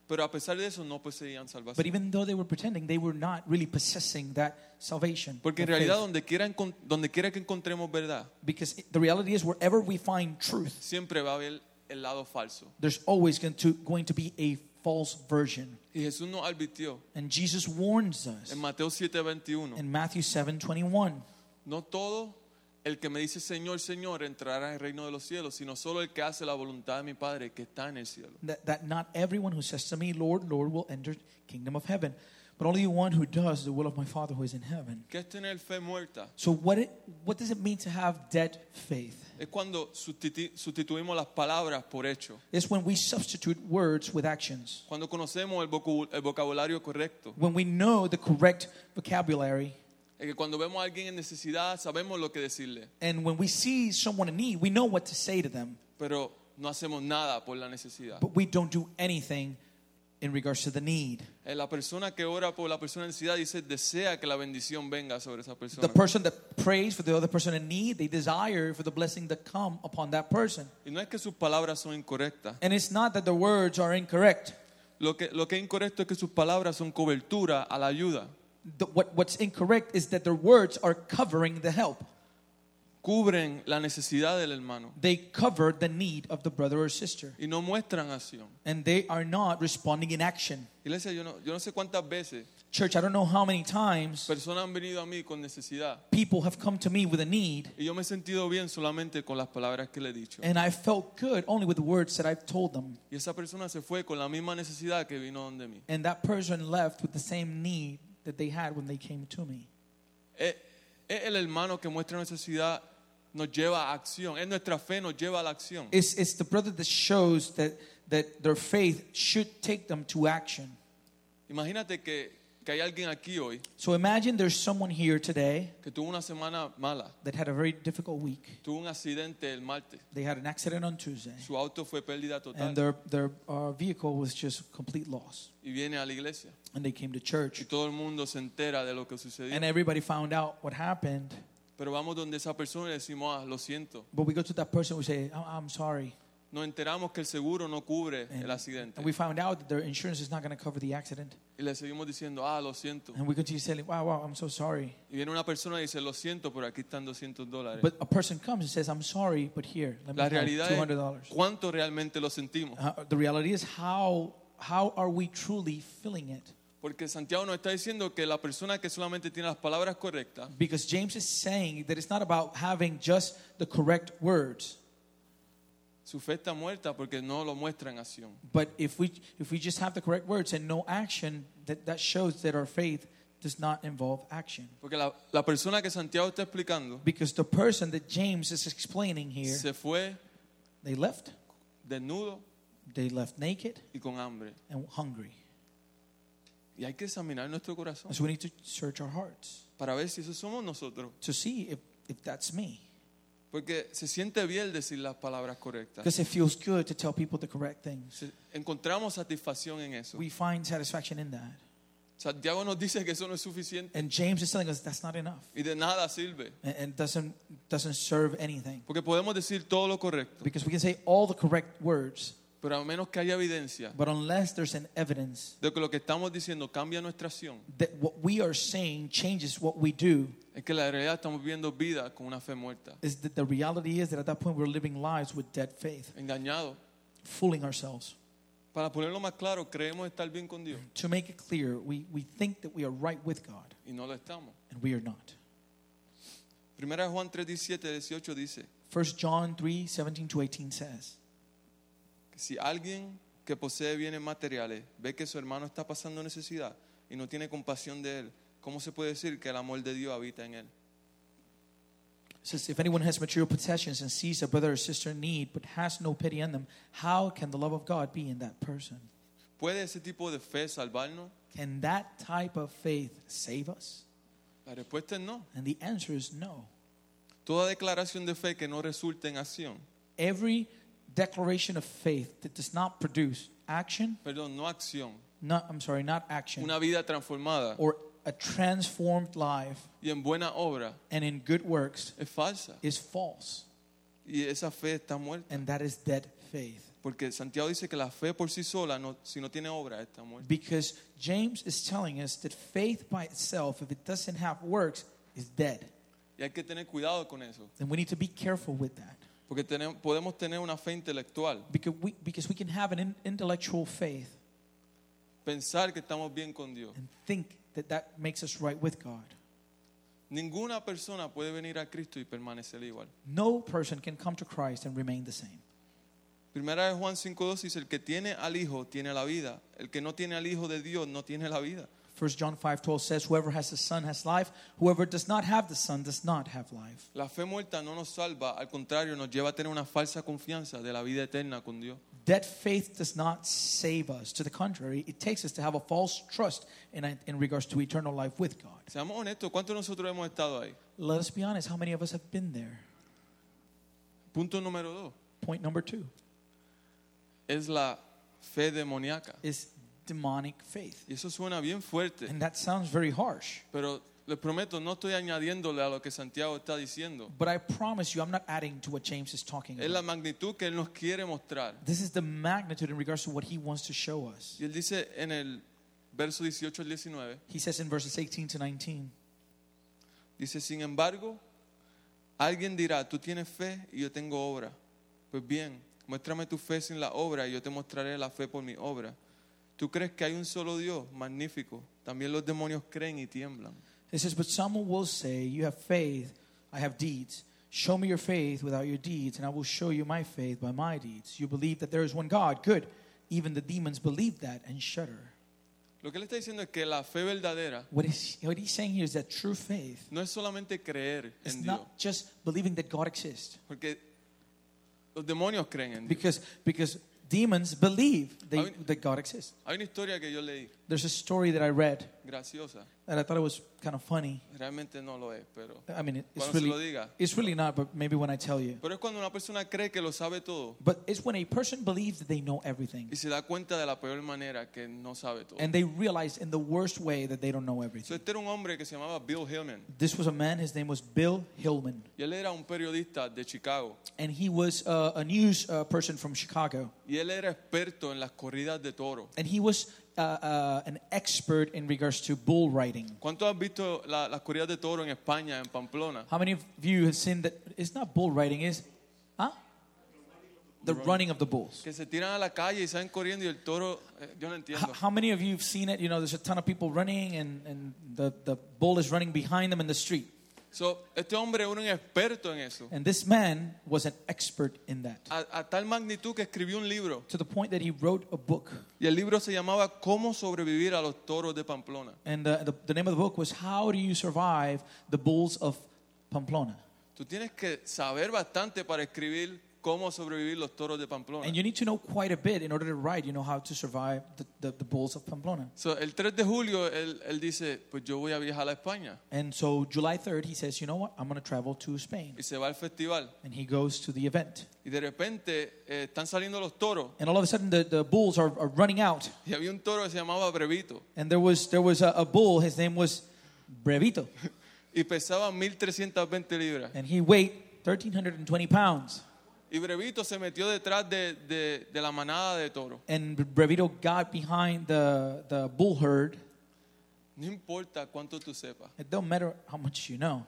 [SPEAKER 2] pero a pesar de eso no poseían salvación.
[SPEAKER 1] But even though they were pretending, they were not really possessing that salvation.
[SPEAKER 2] Porque en
[SPEAKER 1] that
[SPEAKER 2] realidad
[SPEAKER 1] faith.
[SPEAKER 2] donde quiera, encon- donde quiera que encontremos verdad,
[SPEAKER 1] because the reality is, wherever we find truth,
[SPEAKER 2] siempre va a haber el lado falso.
[SPEAKER 1] there's always going to, going to be a false version.
[SPEAKER 2] Y Jesús nos advirtió
[SPEAKER 1] And Jesus warns us
[SPEAKER 2] en Mateo 7:21,
[SPEAKER 1] in Matthew 7 21.
[SPEAKER 2] no todo el que me dice Señor, Señor entrará en el reino de los cielos, sino solo el que hace la voluntad de mi Padre que está en el cielo.
[SPEAKER 1] that, that not everyone who says to me, Lord, Lord, will enter kingdom of heaven, but only one who does the will of my Father who is in heaven.
[SPEAKER 2] ¿Qué es tener fe muerta?
[SPEAKER 1] So what it, what does it mean to have dead faith?
[SPEAKER 2] Es cuando sustitu- sustituimos las palabras por hechos,
[SPEAKER 1] It's when we substitute words with actions.
[SPEAKER 2] cuando conocemos el, vocu- el vocabulario correcto,
[SPEAKER 1] When we know the correct vocabulary,
[SPEAKER 2] es que cuando vemos a alguien en necesidad sabemos lo que decirle,
[SPEAKER 1] and when we see someone in need, we know what to say to them,
[SPEAKER 2] pero no hacemos nada por la necesidad.
[SPEAKER 1] but we don't do anything in regards to the need.
[SPEAKER 2] Eh, La persona que ora por la persona en necesidad dice desea que la bendición venga sobre esa
[SPEAKER 1] The
[SPEAKER 2] persona.
[SPEAKER 1] person that prays for the other person in need, they desire for the blessing to come upon that person.
[SPEAKER 2] Y no es que sus palabras son incorrectas.
[SPEAKER 1] And it's not that the words are incorrect.
[SPEAKER 2] Lo que, lo que es incorrecto es que sus palabras son cobertura a la ayuda.
[SPEAKER 1] the, what, what's incorrect is that their words are covering the help.
[SPEAKER 2] Cubren la necesidad del hermano
[SPEAKER 1] They cover the need of the brother or sister,
[SPEAKER 2] y no muestran acción.
[SPEAKER 1] and they are not responding in action.
[SPEAKER 2] Iglesia, yo no, yo no sé cuántas veces
[SPEAKER 1] Church, I don't know how many times
[SPEAKER 2] personas han venido a mí con necesidad
[SPEAKER 1] people have come to me with a need,
[SPEAKER 2] y yo me he sentido bien solamente con las palabras que le he dicho.
[SPEAKER 1] and I felt good only with the words that I've told them.
[SPEAKER 2] Y esa persona se fue con la misma necesidad que vino donde mí.
[SPEAKER 1] And that person left with the same need that they had when they came to me.
[SPEAKER 2] Es, es el hermano que muestra necesidad, nos lleva a acción. Es nuestra fe, nos lleva a la acción.
[SPEAKER 1] It's, it's the brother that shows that, that their faith should take them to action.
[SPEAKER 2] Imagínate que, que hay alguien aquí hoy
[SPEAKER 1] So imagine there's someone here today
[SPEAKER 2] que tuvo una semana mala,
[SPEAKER 1] that had a very difficult week.
[SPEAKER 2] tuvo un accidente el martes,
[SPEAKER 1] They had an accident on Tuesday,
[SPEAKER 2] su auto fue pérdida total
[SPEAKER 1] and their their uh, vehicle was just complete loss.
[SPEAKER 2] y viene a la iglesia
[SPEAKER 1] And they came to
[SPEAKER 2] y
[SPEAKER 1] church,
[SPEAKER 2] todo el mundo se entera de lo que sucedió.
[SPEAKER 1] and everybody found out what happened.
[SPEAKER 2] Pero vamos donde esa persona y le decimos, ah, lo siento.
[SPEAKER 1] But we go to that person, we say, "I'm, I'm sorry,"
[SPEAKER 2] Nos enteramos que el seguro no cubre el accidente
[SPEAKER 1] and we found out that their insurance is not going to cover the accident,
[SPEAKER 2] y le seguimos diciendo, ah, lo siento.
[SPEAKER 1] and we continue saying, "Wow, wow, I'm so sorry."
[SPEAKER 2] Y viene una persona y dice, lo siento, pero aquí están 200 dólares.
[SPEAKER 1] But a person comes and says, "I'm sorry," but here, let me
[SPEAKER 2] La
[SPEAKER 1] have
[SPEAKER 2] realidad
[SPEAKER 1] two hundred
[SPEAKER 2] es
[SPEAKER 1] dollars.
[SPEAKER 2] cuánto realmente lo sentimos.
[SPEAKER 1] The reality is how how are we truly feeling it?
[SPEAKER 2] Porque Santiago nos está diciendo que la persona que solamente tiene las palabras correctas
[SPEAKER 1] Because James is saying that it's not about having just the correct words.
[SPEAKER 2] Su fe está muerta porque no lo muestra en acción.
[SPEAKER 1] But if we if we just have the correct words and no action, that, that shows that our faith does not involve action.
[SPEAKER 2] Porque la, la persona que Santiago está explicando
[SPEAKER 1] Because the person that James is explaining here,
[SPEAKER 2] se fue
[SPEAKER 1] they left,
[SPEAKER 2] desnudo
[SPEAKER 1] they left naked
[SPEAKER 2] y con hambre.
[SPEAKER 1] and hungry.
[SPEAKER 2] Y hay que examinar nuestro corazón
[SPEAKER 1] So we need to search our hearts
[SPEAKER 2] para ver si eso somos nosotros.
[SPEAKER 1] to see if, if that's me.
[SPEAKER 2] Porque se siente bien decir las palabras correctas.
[SPEAKER 1] Because it feels good to tell people the correct things.
[SPEAKER 2] Se- encontramos satisfacción en eso.
[SPEAKER 1] We find satisfaction in that.
[SPEAKER 2] Santiago nos dice que eso no es suficiente
[SPEAKER 1] And James is telling us that's not enough.
[SPEAKER 2] y de nada sirve.
[SPEAKER 1] And, and doesn't doesn't serve anything.
[SPEAKER 2] Porque podemos decir todo lo correcto,
[SPEAKER 1] Because we can say all the correct words,
[SPEAKER 2] pero a menos que haya evidencia
[SPEAKER 1] but unless there's an evidence
[SPEAKER 2] de que lo que estamos diciendo cambia nuestra acción,
[SPEAKER 1] that what we are saying changes what we do
[SPEAKER 2] es que la realidad estamos viviendo vida con una fe muerta,
[SPEAKER 1] is that the reality is that at that point we're living lives with dead faith,
[SPEAKER 2] engañado.
[SPEAKER 1] fooling ourselves.
[SPEAKER 2] Para ponerlo más claro, creemos estar bien con Dios
[SPEAKER 1] To make it clear, we, we think that we are right with God,
[SPEAKER 2] y no lo estamos.
[SPEAKER 1] and we are not.
[SPEAKER 2] Primera de Juan 3, 17, 18 dice
[SPEAKER 1] 1 John 3 17 to 18 says,
[SPEAKER 2] que si alguien que posee bienes materiales ve que su hermano está pasando necesidad y no tiene compasión de él, ¿cómo se puede decir que el amor de Dios habita en él?
[SPEAKER 1] It says, if anyone has material possessions and sees a brother or sister in need but has no pity on them, how can the love of God be in that person?
[SPEAKER 2] ¿Puede ese tipo de fe salvarnos?
[SPEAKER 1] Can that type of faith save us?
[SPEAKER 2] La respuesta es no.
[SPEAKER 1] And the answer is no.
[SPEAKER 2] Toda declaración de fe que no resulte en acción,
[SPEAKER 1] Every declaration of faith that does not produce action,
[SPEAKER 2] perdón, no acción,
[SPEAKER 1] not, I'm sorry, not action,
[SPEAKER 2] una vida transformada
[SPEAKER 1] or a transformed life
[SPEAKER 2] y en buena obra
[SPEAKER 1] and in good works
[SPEAKER 2] es falsa.
[SPEAKER 1] is false.
[SPEAKER 2] Y esa fe está muerta.
[SPEAKER 1] And that is dead faith.
[SPEAKER 2] Porque Santiago dice que la fe por sí sola, no, si no tiene obra, está muerta.
[SPEAKER 1] Because James is telling us that faith by itself, if it doesn't have works, is dead.
[SPEAKER 2] Y hay que tener cuidado con eso.
[SPEAKER 1] And we need to be careful with that.
[SPEAKER 2] Porque tenemos- podemos tener una fe intelectual,
[SPEAKER 1] Because we, because we can have an in, intellectual faith
[SPEAKER 2] pensar que estamos bien con Dios.
[SPEAKER 1] and think that that makes us right with God.
[SPEAKER 2] Ninguna persona puede venir a Cristo y permanecer igual.
[SPEAKER 1] No person can come to Christ and remain the same.
[SPEAKER 2] Primera de Juan 5.2 dice, el que tiene al Hijo tiene la vida. El que no tiene al Hijo de Dios no tiene la vida.
[SPEAKER 1] 1 John 5:12 says whoever has the son has life whoever does not have the son does not have life
[SPEAKER 2] La fe muerta no nos salva, al contrario, nos lleva a tener una falsa confianza de la vida eterna con Dios.
[SPEAKER 1] dead faith does not save us to the contrary it takes us to have a false trust in, in regards to eternal life with God
[SPEAKER 2] Seamos honestos, ¿cuántos de nosotros hemos estado ahí?
[SPEAKER 1] let us be honest how many of us have been there
[SPEAKER 2] Punto número dos,
[SPEAKER 1] point number 2
[SPEAKER 2] es la fe demoníaca.
[SPEAKER 1] is demonic faith
[SPEAKER 2] Y eso suena bien fuerte,
[SPEAKER 1] and that sounds very harsh
[SPEAKER 2] pero les prometo, no estoy añadiéndole a lo que Santiago está diciendo.
[SPEAKER 1] but I promise you I'm not adding to what James is talking
[SPEAKER 2] Es la
[SPEAKER 1] about
[SPEAKER 2] magnitud que él nos quiere mostrar.
[SPEAKER 1] this is the magnitude in regards to what he wants to show us
[SPEAKER 2] Y él dice en el verso 18 al 19,
[SPEAKER 1] he says in verses 18 to 19
[SPEAKER 2] Dice, sin embargo, alguien dirá, tú tienes fe y yo tengo obra. Pues bien, muéstrame tu fe sin la obra y yo te mostraré la fe por mi obra. Tú crees que hay un solo Dios, magnífico. También los demonios creen y tiemblan.
[SPEAKER 1] It says, But someone will say, You have faith, I have deeds. Show me your faith without your deeds, and I will show you my faith by my deeds. You believe that there is one God. Good. Even the demons believe that and shudder.
[SPEAKER 2] Lo que él está diciendo es que la fe verdadera
[SPEAKER 1] What, is, what he's saying here is that true faith
[SPEAKER 2] no es solamente creer
[SPEAKER 1] is
[SPEAKER 2] en Dios,
[SPEAKER 1] not just believing that God exists,
[SPEAKER 2] porque los demonios creen en Dios.
[SPEAKER 1] because, because demons believe they,
[SPEAKER 2] I mean-
[SPEAKER 1] that God exists.
[SPEAKER 2] Hay una historia que yo leí,
[SPEAKER 1] There's a story that I read
[SPEAKER 2] graciosa,
[SPEAKER 1] that I thought it was kind of funny.
[SPEAKER 2] realmente no lo es, pero
[SPEAKER 1] I mean, it- it's,
[SPEAKER 2] cuando se lo
[SPEAKER 1] really,
[SPEAKER 2] diga.
[SPEAKER 1] it's really not, but maybe when I tell you.
[SPEAKER 2] Pero es cuando una persona cree que lo sabe todo
[SPEAKER 1] But it's when a person believes that they know everything.
[SPEAKER 2] y se da cuenta de la peor manera que no sabe todo.
[SPEAKER 1] and they realized in the worst way that they don't know
[SPEAKER 2] So,
[SPEAKER 1] everything.
[SPEAKER 2] este era un hombre que se llamaba Bill Hillman
[SPEAKER 1] This was a man, his name was Bill Hillman,
[SPEAKER 2] y él era un periodista de Chicago
[SPEAKER 1] and he was uh, a news uh, person from Chicago,
[SPEAKER 2] y él era experto en las corridas de toro.
[SPEAKER 1] and he was uh, uh, an expert in regards to bull riding.
[SPEAKER 2] ¿Cuántos han visto la- las corridas de toro en España, en Pamplona?
[SPEAKER 1] How many of you have seen that? It's not bull riding, is huh? The running of the bulls.
[SPEAKER 2] Que se tiran a la calle y salen corriendo y el toro, eh, yo no
[SPEAKER 1] How,
[SPEAKER 2] entiendo.
[SPEAKER 1] how many of you have seen it? You know, there's a ton of people running, and, and the, the bull is running behind them in the street.
[SPEAKER 2] So, este hombre era un experto en eso,
[SPEAKER 1] And this man was an expert in that
[SPEAKER 2] a, a tal magnitud que escribió un libro
[SPEAKER 1] to the point that he wrote a book.
[SPEAKER 2] y el libro se llamaba ¿Cómo sobrevivir a los toros de Pamplona?
[SPEAKER 1] And uh, the, the name of the book was How Do You Survive the Bulls of Pamplona?
[SPEAKER 2] Tú tienes que saber bastante para escribir cómo sobrevivir los toros de Pamplona.
[SPEAKER 1] And you need to know quite a bit in order to write, you know, how to survive the, the, the Bulls of Pamplona.
[SPEAKER 2] So, el 3 de julio él, él dice, pues yo voy a viajar a España
[SPEAKER 1] And so July 3rd, he says, you know what, I'm going to travel to Spain.
[SPEAKER 2] y se va al festival.
[SPEAKER 1] And he goes to the event.
[SPEAKER 2] Y de repente eh, están saliendo los toros
[SPEAKER 1] And all of a sudden, the, the bulls are, are running out.
[SPEAKER 2] y había un toro que se llamaba Brevito
[SPEAKER 1] And there was, there was a, a bull, his name was Brevito.
[SPEAKER 2] y pesaba 1320 libras.
[SPEAKER 1] And he weighed 1,320 pounds.
[SPEAKER 2] Y Brevito se metió detrás de, de- de la manada de toros.
[SPEAKER 1] And Brevito got behind the, the bull herd.
[SPEAKER 2] No importa cuánto tú sepas.
[SPEAKER 1] It don't matter how much you know.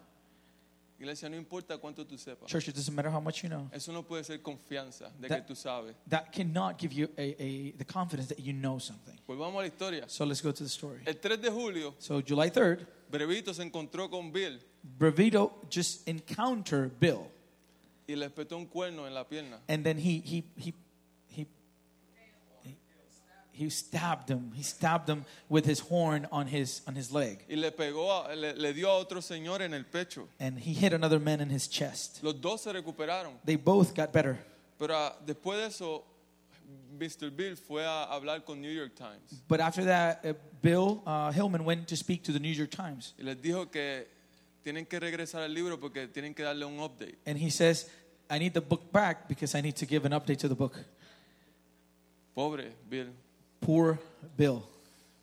[SPEAKER 2] Iglesia, no importa cuánto tú sepas.
[SPEAKER 1] Church, it doesn't matter how much you know.
[SPEAKER 2] Eso no puede ser confianza de que
[SPEAKER 1] That-
[SPEAKER 2] tú sabes.
[SPEAKER 1] that cannot give you a, a, the confidence that you know something.
[SPEAKER 2] Volvamos Pues a la historia.
[SPEAKER 1] So let's go to the story.
[SPEAKER 2] El 3 de julio,
[SPEAKER 1] So July 3rd,
[SPEAKER 2] Brevito se encontró con Bill
[SPEAKER 1] Brevito just encountered Bill,
[SPEAKER 2] y le espetó un cuerno en la pierna.
[SPEAKER 1] and then he he he he he, he stabbed him. He stabbed him with his horn on his on his leg,
[SPEAKER 2] y le pegó, a- le, le dio a otro señor en el pecho.
[SPEAKER 1] and he hit another man in his chest.
[SPEAKER 2] Los dos se recuperaron,
[SPEAKER 1] They both got better.
[SPEAKER 2] pero ah, después de eso, Mr. Bill fue a hablar con New York Times
[SPEAKER 1] But after that, uh, Bill uh, Hillman went to speak to the New York Times,
[SPEAKER 2] y les dijo que tienen que regresar al libro porque tienen que darle un update.
[SPEAKER 1] and he says, "I need the book back because I need to give an update to the book."
[SPEAKER 2] Pobre Bill.
[SPEAKER 1] Poor Bill.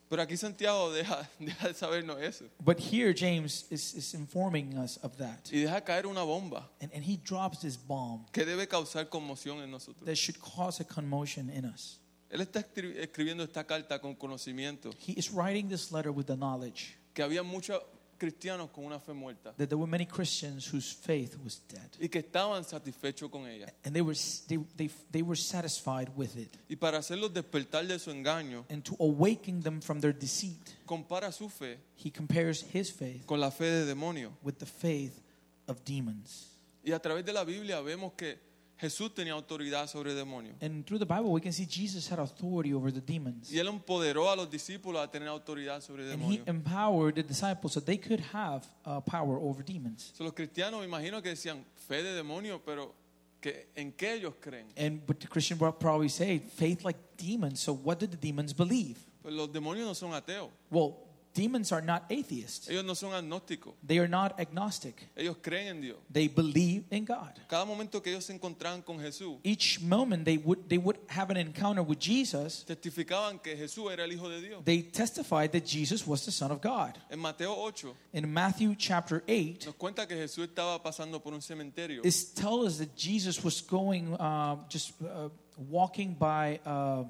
[SPEAKER 2] Pero aquí Santiago deja, deja de sabernos eso
[SPEAKER 1] But here James is, is informing us of that,
[SPEAKER 2] y deja caer una bomba
[SPEAKER 1] and, and he drops this bomb
[SPEAKER 2] que debe causar conmoción en nosotros.
[SPEAKER 1] that should cause a conmotion in us.
[SPEAKER 2] Él está escri- escribiendo esta carta con conocimiento
[SPEAKER 1] He is writing this letter with the knowledge
[SPEAKER 2] que había muchos cristianos con una fe muerta
[SPEAKER 1] that there were many Christians whose faith was dead.
[SPEAKER 2] y que estaban satisfechos con ella.
[SPEAKER 1] and they were they, they, they were satisfied with it
[SPEAKER 2] Y para hacerlos despertar de su engaño,
[SPEAKER 1] and to awaken them from their deceit
[SPEAKER 2] compara su fe
[SPEAKER 1] he compares his faith
[SPEAKER 2] con la fe de demonio.
[SPEAKER 1] with the faith of demons
[SPEAKER 2] Y a través de la Biblia vemos que Jesús tenía autoridad sobre demonios.
[SPEAKER 1] and through the bible we can see jesus had authority over the demons
[SPEAKER 2] Y él empoderó a los discípulos a tener autoridad sobre
[SPEAKER 1] and he
[SPEAKER 2] demonios.
[SPEAKER 1] empowered the disciples so they could have uh, power over demons
[SPEAKER 2] So, los cristianos me imagino que decían fe de demonio, pero que, ¿en qué ellos creen?
[SPEAKER 1] and but the christian would probably say faith like demons so what did the demons believe
[SPEAKER 2] Pues los demonios no son ateos,
[SPEAKER 1] well demons are not atheists
[SPEAKER 2] ellos no son agnósticos,
[SPEAKER 1] they are not agnostic
[SPEAKER 2] ellos creen en Dios.
[SPEAKER 1] they believe in god
[SPEAKER 2] Cada momento que ellos se encontraban con Jesús,
[SPEAKER 1] each moment they would they would have an encounter with jesus
[SPEAKER 2] testificaban que Jesús era el Hijo de Dios.
[SPEAKER 1] they testified that Jesus was the Son of God.
[SPEAKER 2] En Mateo 8
[SPEAKER 1] In Matthew chapter 8,
[SPEAKER 2] nos cuenta que Jesús estaba pasando por un cementerio
[SPEAKER 1] it tells us that Jesus was going, uh, just uh, walking by a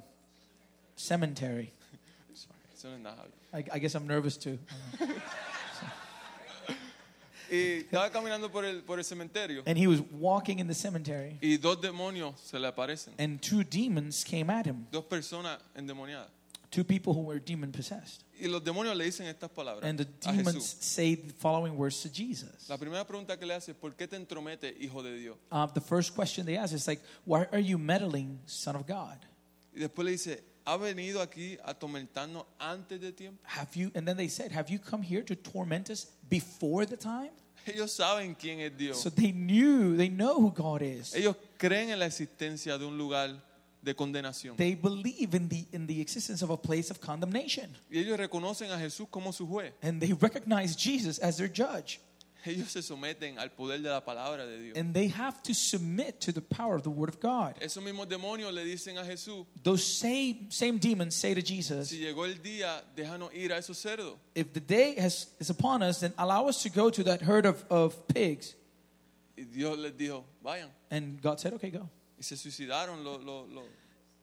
[SPEAKER 1] cemetery.
[SPEAKER 2] Eso no es nada.
[SPEAKER 1] I, I guess I'm nervous too.
[SPEAKER 2] y estaba caminando por el, por el cementerio
[SPEAKER 1] And he was walking in the cemetery,
[SPEAKER 2] y dos demonios se le aparecen,
[SPEAKER 1] and two demons came at him,
[SPEAKER 2] dos personas endemoniadas.
[SPEAKER 1] two people who were demon possessed.
[SPEAKER 2] Y los demonios le dicen estas palabras
[SPEAKER 1] And the
[SPEAKER 2] a
[SPEAKER 1] demons
[SPEAKER 2] Jesús.
[SPEAKER 1] say the following words to Jesus.
[SPEAKER 2] Ah, La primera pregunta que le hace es, ¿por qué te entrometes, hijo de Dios?
[SPEAKER 1] Uh, the first question they ask is like, "Why are you meddling, Son of God?
[SPEAKER 2] Y después le dice, ¿ha venido aquí a atormentarnos antes de tiempo?
[SPEAKER 1] Have you?" And then they said, "Have you come here to torment us before the time?"
[SPEAKER 2] Ellos saben quién es Dios.
[SPEAKER 1] So they knew, they know who God is.
[SPEAKER 2] Ellos creen en la existencia de un lugar de condenación.
[SPEAKER 1] They believe in the in the existence of a place of condemnation,
[SPEAKER 2] Y ellos reconocen a Jesús como su juez.
[SPEAKER 1] and they recognize Jesus as their judge,
[SPEAKER 2] Ellos se someten al poder de la palabra de Dios.
[SPEAKER 1] and they have to submit to the power of the Word of God.
[SPEAKER 2] Esos mismos demonios le dicen a Jesús,
[SPEAKER 1] Those same same demons say to Jesus,
[SPEAKER 2] si llegó el día, déjanos ir a esos cerdos.
[SPEAKER 1] "If the day has, is upon us, then allow us to go to that herd of, of pigs."
[SPEAKER 2] Y Dios les dijo, vayan.
[SPEAKER 1] And God said, "Okay, go."
[SPEAKER 2] Y se suicidaron los, los, los-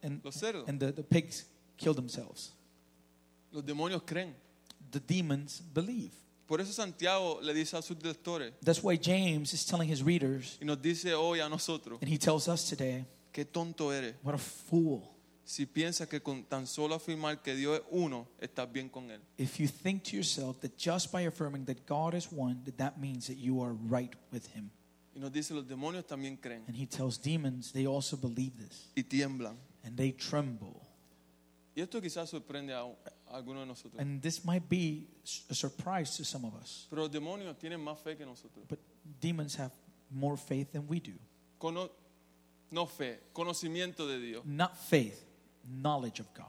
[SPEAKER 1] And
[SPEAKER 2] los cerdos.
[SPEAKER 1] and the, the pigs killed themselves.
[SPEAKER 2] Los demonios creen.
[SPEAKER 1] The demons believe.
[SPEAKER 2] Por eso Santiago le dice a sus lectores
[SPEAKER 1] That's why James is telling his readers,
[SPEAKER 2] y nos dice hoy a nosotros,
[SPEAKER 1] and he tells us today,
[SPEAKER 2] qué tonto eres.
[SPEAKER 1] "What a fool!"
[SPEAKER 2] Si piensas que con tan solo afirmar que Dios es uno, estás bien con Él.
[SPEAKER 1] If you think to yourself that just by affirming that God is one, that that means that you are right with Him.
[SPEAKER 2] Y nos dice, los demonios también creen
[SPEAKER 1] And He tells demons they also believe this
[SPEAKER 2] y tiemblan.
[SPEAKER 1] and they tremble.
[SPEAKER 2] Y esto quizás sorprende a, a algunos de nosotros.
[SPEAKER 1] And this might be s- a surprise to some of us,
[SPEAKER 2] Pero los demonios tienen más fe que nosotros.
[SPEAKER 1] but demons have more faith than we do.
[SPEAKER 2] Cono- no fe, conocimiento de Dios.
[SPEAKER 1] Not faith, knowledge of God.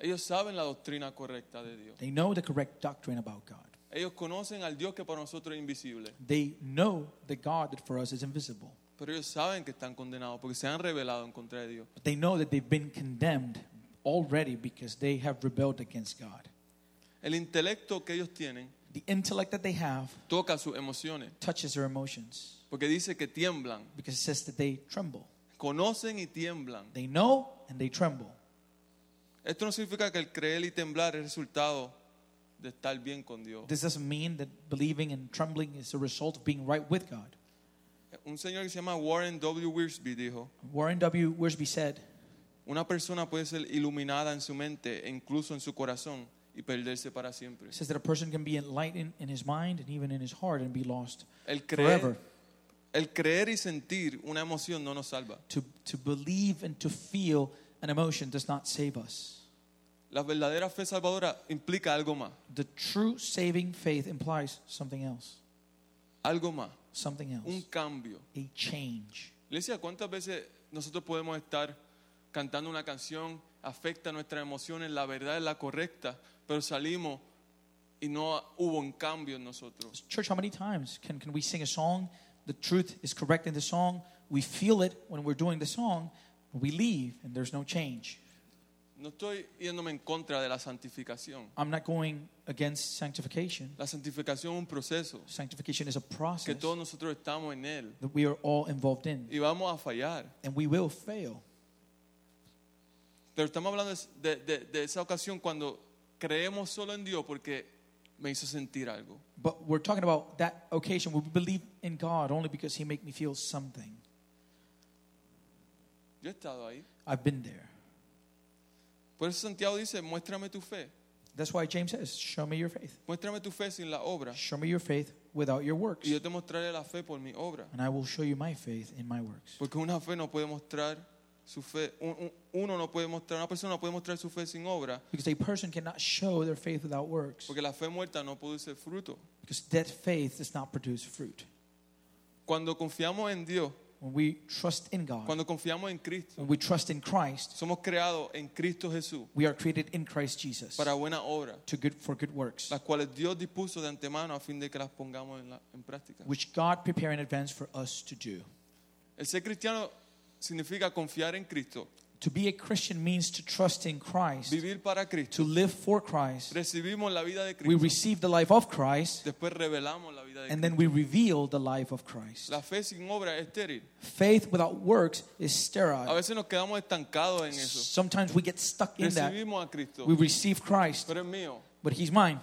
[SPEAKER 2] Ellos saben la doctrina correcta de Dios.
[SPEAKER 1] They know the correct doctrine about God.
[SPEAKER 2] Ellos conocen al Dios que para nosotros es invisible.
[SPEAKER 1] They know the God that for us is invisible.
[SPEAKER 2] Pero ellos saben que están condenados porque se han revelado en contra de Dios.
[SPEAKER 1] But they know that they've been condemned already because they have rebelled against God.
[SPEAKER 2] El intelecto que ellos tienen
[SPEAKER 1] The intellect that they have
[SPEAKER 2] toca sus emociones
[SPEAKER 1] touches their emotions.
[SPEAKER 2] porque dice que tiemblan.
[SPEAKER 1] because it says that they tremble.
[SPEAKER 2] Conocen y tiemblan.
[SPEAKER 1] They know and they tremble.
[SPEAKER 2] Esto no significa que el creer y temblar es resultado de estar bien con Dios.
[SPEAKER 1] This doesn't mean that believing and trembling is the result of being right with God.
[SPEAKER 2] Un señor que se llama Warren W. Wiersbe dijo,
[SPEAKER 1] Warren W. Wiersbe said,
[SPEAKER 2] una persona puede ser iluminada en su mente e incluso en su corazón y perderse para siempre.
[SPEAKER 1] says that a person can be enlightened in his mind and even in his heart and be lost
[SPEAKER 2] El
[SPEAKER 1] forever.
[SPEAKER 2] creer, el creer y sentir una emoción no nos salva.
[SPEAKER 1] To, to believe and to feel an emotion does not save us.
[SPEAKER 2] La verdadera fe salvadora implica algo más,
[SPEAKER 1] The true saving faith implies something else,
[SPEAKER 2] algo más,
[SPEAKER 1] something
[SPEAKER 2] un
[SPEAKER 1] else,
[SPEAKER 2] cambio.
[SPEAKER 1] a change.
[SPEAKER 2] Iglesia, ¿cuántas veces nosotros podemos estar cantando una canción, afecta nuestras emociones, la verdad es la correcta, pero salimos y no hubo un cambio en nosotros?
[SPEAKER 1] Church, how many times can, can we sing a song? The truth is correct in the song. We feel it when we're doing the song. But we leave and there's no change.
[SPEAKER 2] No estoy yéndome en contra de la santificación.
[SPEAKER 1] I'm not going against sanctification.
[SPEAKER 2] La santificación es un proceso
[SPEAKER 1] Sanctification is a
[SPEAKER 2] que
[SPEAKER 1] process
[SPEAKER 2] todos nosotros estamos en él
[SPEAKER 1] that we are all involved in,
[SPEAKER 2] y vamos a fallar.
[SPEAKER 1] and we will fail.
[SPEAKER 2] Pero estamos hablando de, de- de esa ocasión cuando creemos solo en Dios porque me hizo sentir algo.
[SPEAKER 1] But we're talking about that occasion where we believe in God only because He made me feel something.
[SPEAKER 2] Yo he estado ahí.
[SPEAKER 1] I've been there.
[SPEAKER 2] Por eso Santiago dice, muéstrame tu fe.
[SPEAKER 1] That's why James says, Show me your faith.
[SPEAKER 2] Muéstrame tu fe sin la obra.
[SPEAKER 1] Show me your faith without your works,
[SPEAKER 2] Y yo te mostraré la fe por mi obra.
[SPEAKER 1] and I will show you my faith in my works.
[SPEAKER 2] Porque una fe no puede mostrar su fe. un- un- Uno no puede mostrar, una persona no puede mostrar su fe sin obra.
[SPEAKER 1] Because a person cannot show their faith without works,
[SPEAKER 2] Porque la fe muerta no produce fruto.
[SPEAKER 1] because dead faith does not produce fruit.
[SPEAKER 2] Cuando confiamos en Dios,
[SPEAKER 1] When we trust in God,
[SPEAKER 2] cuando confiamos en Cristo,
[SPEAKER 1] when we trust in Christ,
[SPEAKER 2] somos creados en Cristo Jesús
[SPEAKER 1] we are created in Christ Jesus
[SPEAKER 2] para buena obra,
[SPEAKER 1] to good, for good works,
[SPEAKER 2] las cuales Dios dispuso de antemano a fin de que las pongamos en, la- en práctica.
[SPEAKER 1] which God prepared in advance for us to do.
[SPEAKER 2] El ser cristiano significa confiar en Cristo,
[SPEAKER 1] To be a Christian means to trust in Christ,
[SPEAKER 2] vivir para Cristo.
[SPEAKER 1] to live for Christ.
[SPEAKER 2] Recibimos la vida de
[SPEAKER 1] We
[SPEAKER 2] Cristo,
[SPEAKER 1] receive the life of Christ,
[SPEAKER 2] después revelamos la vida de
[SPEAKER 1] and
[SPEAKER 2] Cristo.
[SPEAKER 1] then we reveal the life of Christ.
[SPEAKER 2] La fe sin obra es estéril.
[SPEAKER 1] Faith without works is
[SPEAKER 2] A
[SPEAKER 1] sterile.
[SPEAKER 2] veces nos quedamos estancados en eso.
[SPEAKER 1] Sometimes we get stuck in that.
[SPEAKER 2] Recibimos a Cristo,
[SPEAKER 1] We receive Christ,
[SPEAKER 2] pero es mío.
[SPEAKER 1] but He's mine.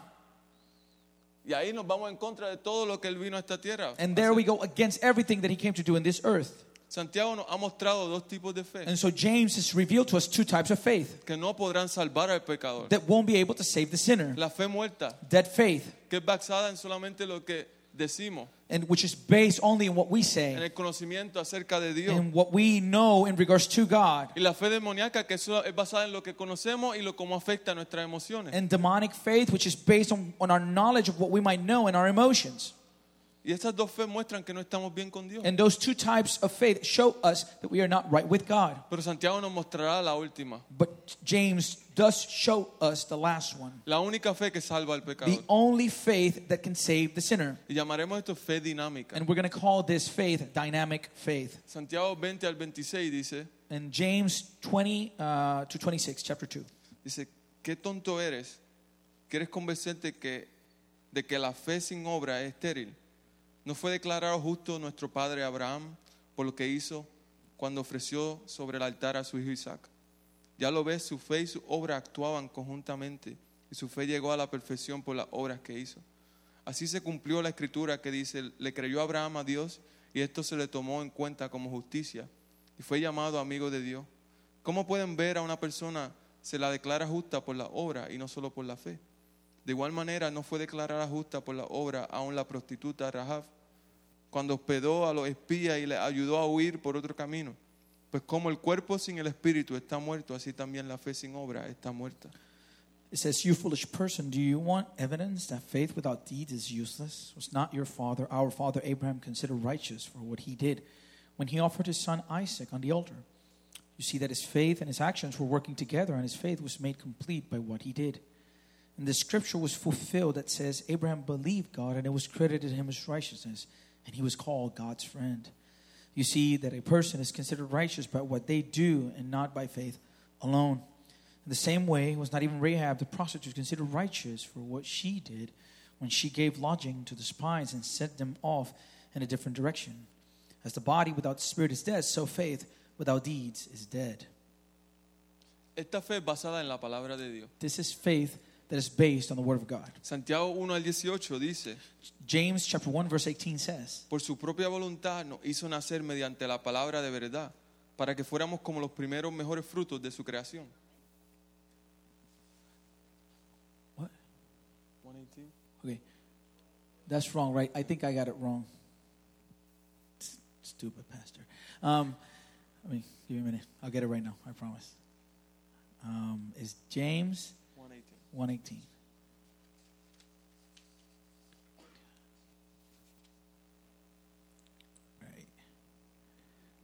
[SPEAKER 2] Y ahí nos vamos en contra de todo lo que Él vino a esta tierra.
[SPEAKER 1] And there we go against everything that He came to do in this earth.
[SPEAKER 2] Santiago nos ha mostrado dos tipos de fe
[SPEAKER 1] And so James has revealed to us two types of faith
[SPEAKER 2] que no podrán salvar al pecador.
[SPEAKER 1] that won't be able to save the sinner
[SPEAKER 2] La fe muerta,
[SPEAKER 1] dead faith,
[SPEAKER 2] que es basada en solamente lo que decimos,
[SPEAKER 1] and which is based only in what we
[SPEAKER 2] en
[SPEAKER 1] say
[SPEAKER 2] el conocimiento acerca de Dios.
[SPEAKER 1] and what we know in regards to God.
[SPEAKER 2] Y la fe demoníaca, que eso es basada en lo que conocemos y lo cómo afecta a nuestras emociones.
[SPEAKER 1] and demonic faith, which is based on, on our knowledge of what we might know and our emotions.
[SPEAKER 2] Y estas dos fe muestran que no estamos bien con Dios.
[SPEAKER 1] And those two types of faith show us that we are not right with God.
[SPEAKER 2] Pero Santiago nos mostrará la última,
[SPEAKER 1] But James does show us the last one
[SPEAKER 2] la única fe que salva al
[SPEAKER 1] the
[SPEAKER 2] pecador.
[SPEAKER 1] only faith that can save the sinner.
[SPEAKER 2] Y llamaremos esto fe dinámica.
[SPEAKER 1] And we're going to call this faith dynamic faith.
[SPEAKER 2] Santiago 20 al 26 dice,
[SPEAKER 1] And James 20 uh, to 26, chapter 2.
[SPEAKER 2] dice, qué tonto eres, que eres convencente que, de que la fe sin obra es estéril. ¿No fue declarado justo nuestro padre Abraham por lo que hizo cuando ofreció sobre el altar a su hijo Isaac? Ya lo ves, su fe y su obra actuaban conjuntamente y su fe llegó a la perfección por las obras que hizo. Así se cumplió la escritura que dice, le creyó Abraham a Dios y esto se le tomó en cuenta como justicia y fue llamado amigo de Dios. ¿Cómo pueden ver a una persona se la declara justa por la obra y no solo por la fe? De igual manera no fue declarada justa por la obra aún la prostituta Rahab cuando hospedó a los espías y les ayudó a huir por otro camino. Pues como el cuerpo sin el espíritu está muerto, así también la fe sin obra está muerta.
[SPEAKER 1] It says, You foolish person, do you want evidence that faith without deeds is useless? Was not your father, our father Abraham, considered righteous for what he did when he offered his son Isaac on the altar? You see that his faith and his actions were working together, and his faith was made complete by what he did. And the scripture was fulfilled that says, Abraham believed God, and it was credited to him as righteousness, and he was called God's friend. You see that a person is considered righteous by what they do and not by faith alone. In the same way, was not even Rahab the prostitute considered righteous for what she did when she gave lodging to the spies and sent them off in a different direction? As the body without spirit is dead, so faith without deeds is dead.
[SPEAKER 2] Esta fe es basada en la palabra de Dios.
[SPEAKER 1] This is faith that is based on the Word of God.
[SPEAKER 2] Santiago 1 al 18 dice,
[SPEAKER 1] James chapter 1 verse 18 says,
[SPEAKER 2] por su propia voluntad nos hizo nacer mediante la palabra de verdad, para que fuéramos como los primeros mejores frutos de su creación.
[SPEAKER 1] What? Okay. That's wrong, right? I think I got it wrong. S- Stupid pastor. Um, I mean, give me a minute. I'll get it right now. I promise. um, is James 118. Right.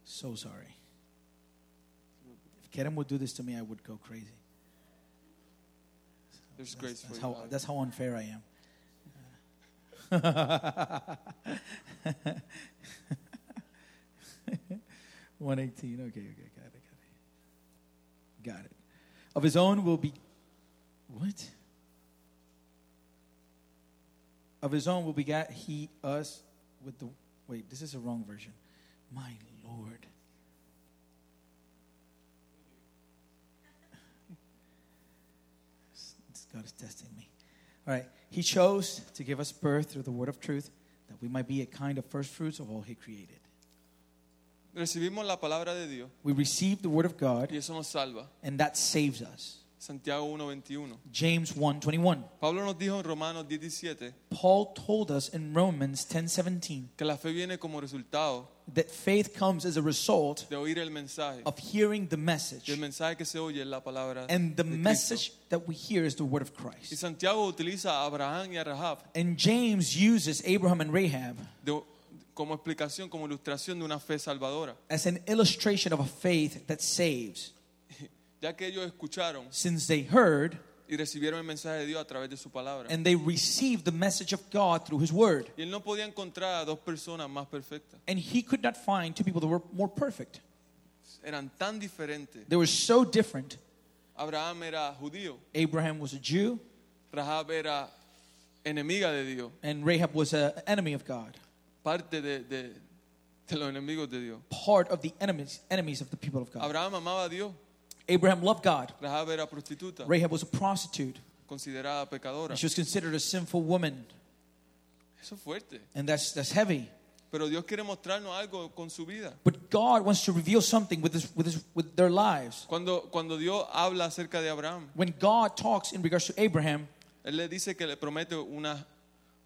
[SPEAKER 1] So sorry. If Kerem would do this to me, I would go crazy. That's,
[SPEAKER 2] There's grace for
[SPEAKER 1] that's
[SPEAKER 2] you.
[SPEAKER 1] how,
[SPEAKER 2] Alex.
[SPEAKER 1] that's how unfair I am. One eighteen. Okay, okay, got it, got it, got it. Of his own will be, what? Of his own will begat he us with the. Wait, this is a wrong version. My lord. This God is testing me. All right. He chose to give us birth through the word of truth that we might be a kind of first fruits of all he created.
[SPEAKER 2] Recibimos la palabra de Dios
[SPEAKER 1] We received the word of
[SPEAKER 2] y
[SPEAKER 1] God
[SPEAKER 2] eso nos salva.
[SPEAKER 1] and that saves us.
[SPEAKER 2] Santiago 1.21.
[SPEAKER 1] James 1:21.
[SPEAKER 2] Pablo nos dijo en Romanos 10.17
[SPEAKER 1] Paul told us in Romans 10:17
[SPEAKER 2] que la fe viene como resultado
[SPEAKER 1] that faith comes as a result
[SPEAKER 2] de oír el mensaje.
[SPEAKER 1] of hearing the
[SPEAKER 2] Y el
[SPEAKER 1] message.
[SPEAKER 2] mensaje que se oye es la palabra
[SPEAKER 1] And the
[SPEAKER 2] de Cristo.
[SPEAKER 1] message that we hear is the word of
[SPEAKER 2] Y
[SPEAKER 1] Christ.
[SPEAKER 2] Santiago utiliza a Abraham y a Rahab
[SPEAKER 1] And James uses Abraham and Rahab
[SPEAKER 2] de- como explicación, como ilustración de una fe salvadora.
[SPEAKER 1] as an illustration of a faith that saves,
[SPEAKER 2] Ya que ellos escucharon
[SPEAKER 1] since they heard
[SPEAKER 2] y recibieron el mensaje de Dios a través de su palabra.
[SPEAKER 1] and they received the message of God through his word.
[SPEAKER 2] Y él no podía encontrar a dos personas más perfectas.
[SPEAKER 1] And he could not find two people that were more perfect.
[SPEAKER 2] Eran tan diferentes.
[SPEAKER 1] They were so different.
[SPEAKER 2] Abraham era judío,
[SPEAKER 1] Abraham was a Jew,
[SPEAKER 2] Rahab era enemiga de Dios,
[SPEAKER 1] and Rahab was an enemy of God,
[SPEAKER 2] parte de, de- de los enemigos de Dios.
[SPEAKER 1] part of the enemies, enemies of the people of God.
[SPEAKER 2] Abraham amaba a Dios,
[SPEAKER 1] Abraham loved God.
[SPEAKER 2] Rahab era prostituta,
[SPEAKER 1] Rahab was a prostitute,
[SPEAKER 2] considerada pecadora.
[SPEAKER 1] and she was considered a sinful woman,
[SPEAKER 2] Eso es fuerte.
[SPEAKER 1] and that's, that's heavy.
[SPEAKER 2] Pero Dios quiere mostrarnos algo con su vida.
[SPEAKER 1] But God wants to reveal something with, this, with, this, with their lives.
[SPEAKER 2] Cuando, cuando Dios habla acerca de Abraham,
[SPEAKER 1] When God talks in regards to Abraham,
[SPEAKER 2] Él le dice que le promete una,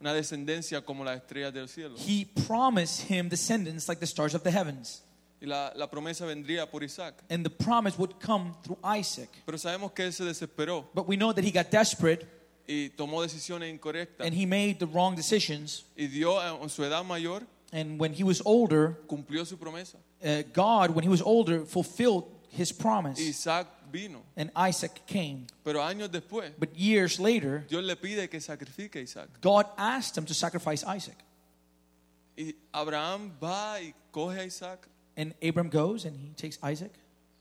[SPEAKER 2] una descendencia como las estrellas del cielo.
[SPEAKER 1] he promised him descendants like the stars of the heavens.
[SPEAKER 2] Y la, la promesa vendría por Isaac.
[SPEAKER 1] And the promise would come through Isaac.
[SPEAKER 2] Pero sabemos que él se desesperó
[SPEAKER 1] But we know that he got desperate
[SPEAKER 2] y tomó decisiones incorrectas.
[SPEAKER 1] and he made the wrong decisions.
[SPEAKER 2] Y Dios, en su edad mayor,
[SPEAKER 1] And when he was older,
[SPEAKER 2] cumplió su promesa.
[SPEAKER 1] uh, God, when he was older, fulfilled his
[SPEAKER 2] Y
[SPEAKER 1] promise.
[SPEAKER 2] Isaac vino.
[SPEAKER 1] And Isaac came.
[SPEAKER 2] Pero años después,
[SPEAKER 1] But years later,
[SPEAKER 2] Dios le pide que sacrifique a Isaac.
[SPEAKER 1] God asked him to sacrifice Isaac.
[SPEAKER 2] Y Abraham va y coge a Isaac,
[SPEAKER 1] And Abram goes and he takes Isaac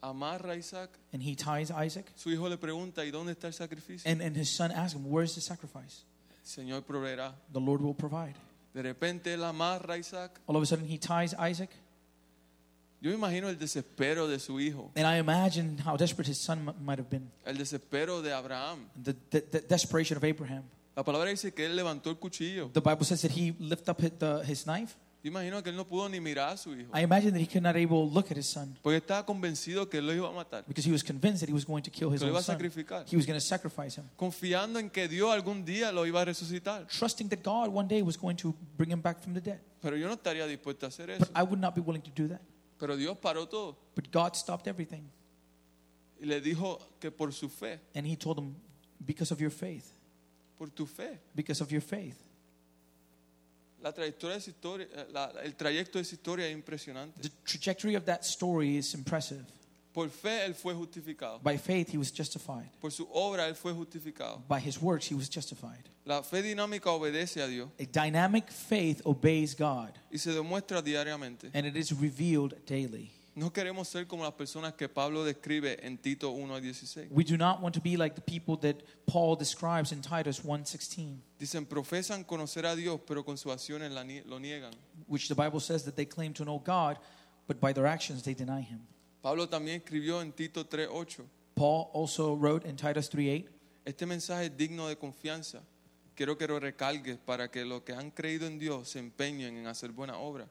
[SPEAKER 2] amarra a Isaac.
[SPEAKER 1] and he ties Isaac.
[SPEAKER 2] Su hijo le pregunta, ¿y dónde está el sacrificio?
[SPEAKER 1] And, and his son asks him, Where's the sacrifice?
[SPEAKER 2] El Señor proveerá.
[SPEAKER 1] The Lord will provide.
[SPEAKER 2] De repente él amarra a Isaac.
[SPEAKER 1] All of a sudden, he ties Isaac.
[SPEAKER 2] Yo me imagino el desespero de su hijo,
[SPEAKER 1] And I imagine how desperate his son m- might have been.
[SPEAKER 2] el desespero de Abraham.
[SPEAKER 1] The, the, the desperation of Abraham.
[SPEAKER 2] La palabra dice que él levantó el cuchillo.
[SPEAKER 1] The Bible says that he lifted up his, the, his knife.
[SPEAKER 2] Yo imagino que él no pudo ni mirar a su hijo,
[SPEAKER 1] I imagine that he could not able to look at his son
[SPEAKER 2] porque estaba convencido que él lo iba a matar,
[SPEAKER 1] because he was convinced that he was going to kill his
[SPEAKER 2] que lo iba
[SPEAKER 1] own
[SPEAKER 2] a
[SPEAKER 1] son.
[SPEAKER 2] sacrificar,
[SPEAKER 1] He was going to sacrifice him,
[SPEAKER 2] confiando en que Dios algún día lo iba a resucitar.
[SPEAKER 1] trusting that God one day was going to bring him back from the dead.
[SPEAKER 2] Pero yo no estaría dispuesto a hacer
[SPEAKER 1] But
[SPEAKER 2] eso.
[SPEAKER 1] I would not be willing to do that.
[SPEAKER 2] Pero Dios paró todo
[SPEAKER 1] But God stopped everything,
[SPEAKER 2] y le dijo que por su fe,
[SPEAKER 1] and He told him, "Because of your faith,
[SPEAKER 2] por tu fe,
[SPEAKER 1] because of your faith."
[SPEAKER 2] la trayectoria de esa historia, eh, la- el trayecto de esa historia es impresionante.
[SPEAKER 1] The trajectory of that story is impressive.
[SPEAKER 2] Por fe él fue justificado,
[SPEAKER 1] By faith, he was justified.
[SPEAKER 2] por su obra él fue justificado.
[SPEAKER 1] By his works, he was justified.
[SPEAKER 2] La fe dinámica obedece a Dios
[SPEAKER 1] A dynamic faith obeys God,
[SPEAKER 2] y se demuestra diariamente.
[SPEAKER 1] and it is revealed daily.
[SPEAKER 2] No queremos ser como las personas que Pablo describe en Tito 1 a 16.
[SPEAKER 1] We do not want to be like the people that Paul describes in Titus 1:16,
[SPEAKER 2] Dicen, profesan conocer a Dios, pero con sus acciones la nie- lo niegan.
[SPEAKER 1] which the Bible says that they claim to know God, but by their actions they deny him.
[SPEAKER 2] Pablo también escribió en Tito 3.8,
[SPEAKER 1] Paul also wrote in Titus 3:8,
[SPEAKER 2] este mensaje es digno de confianza. Quiero que lo recalgues para que los que han creído en Dios se empeñen en hacer buena obra.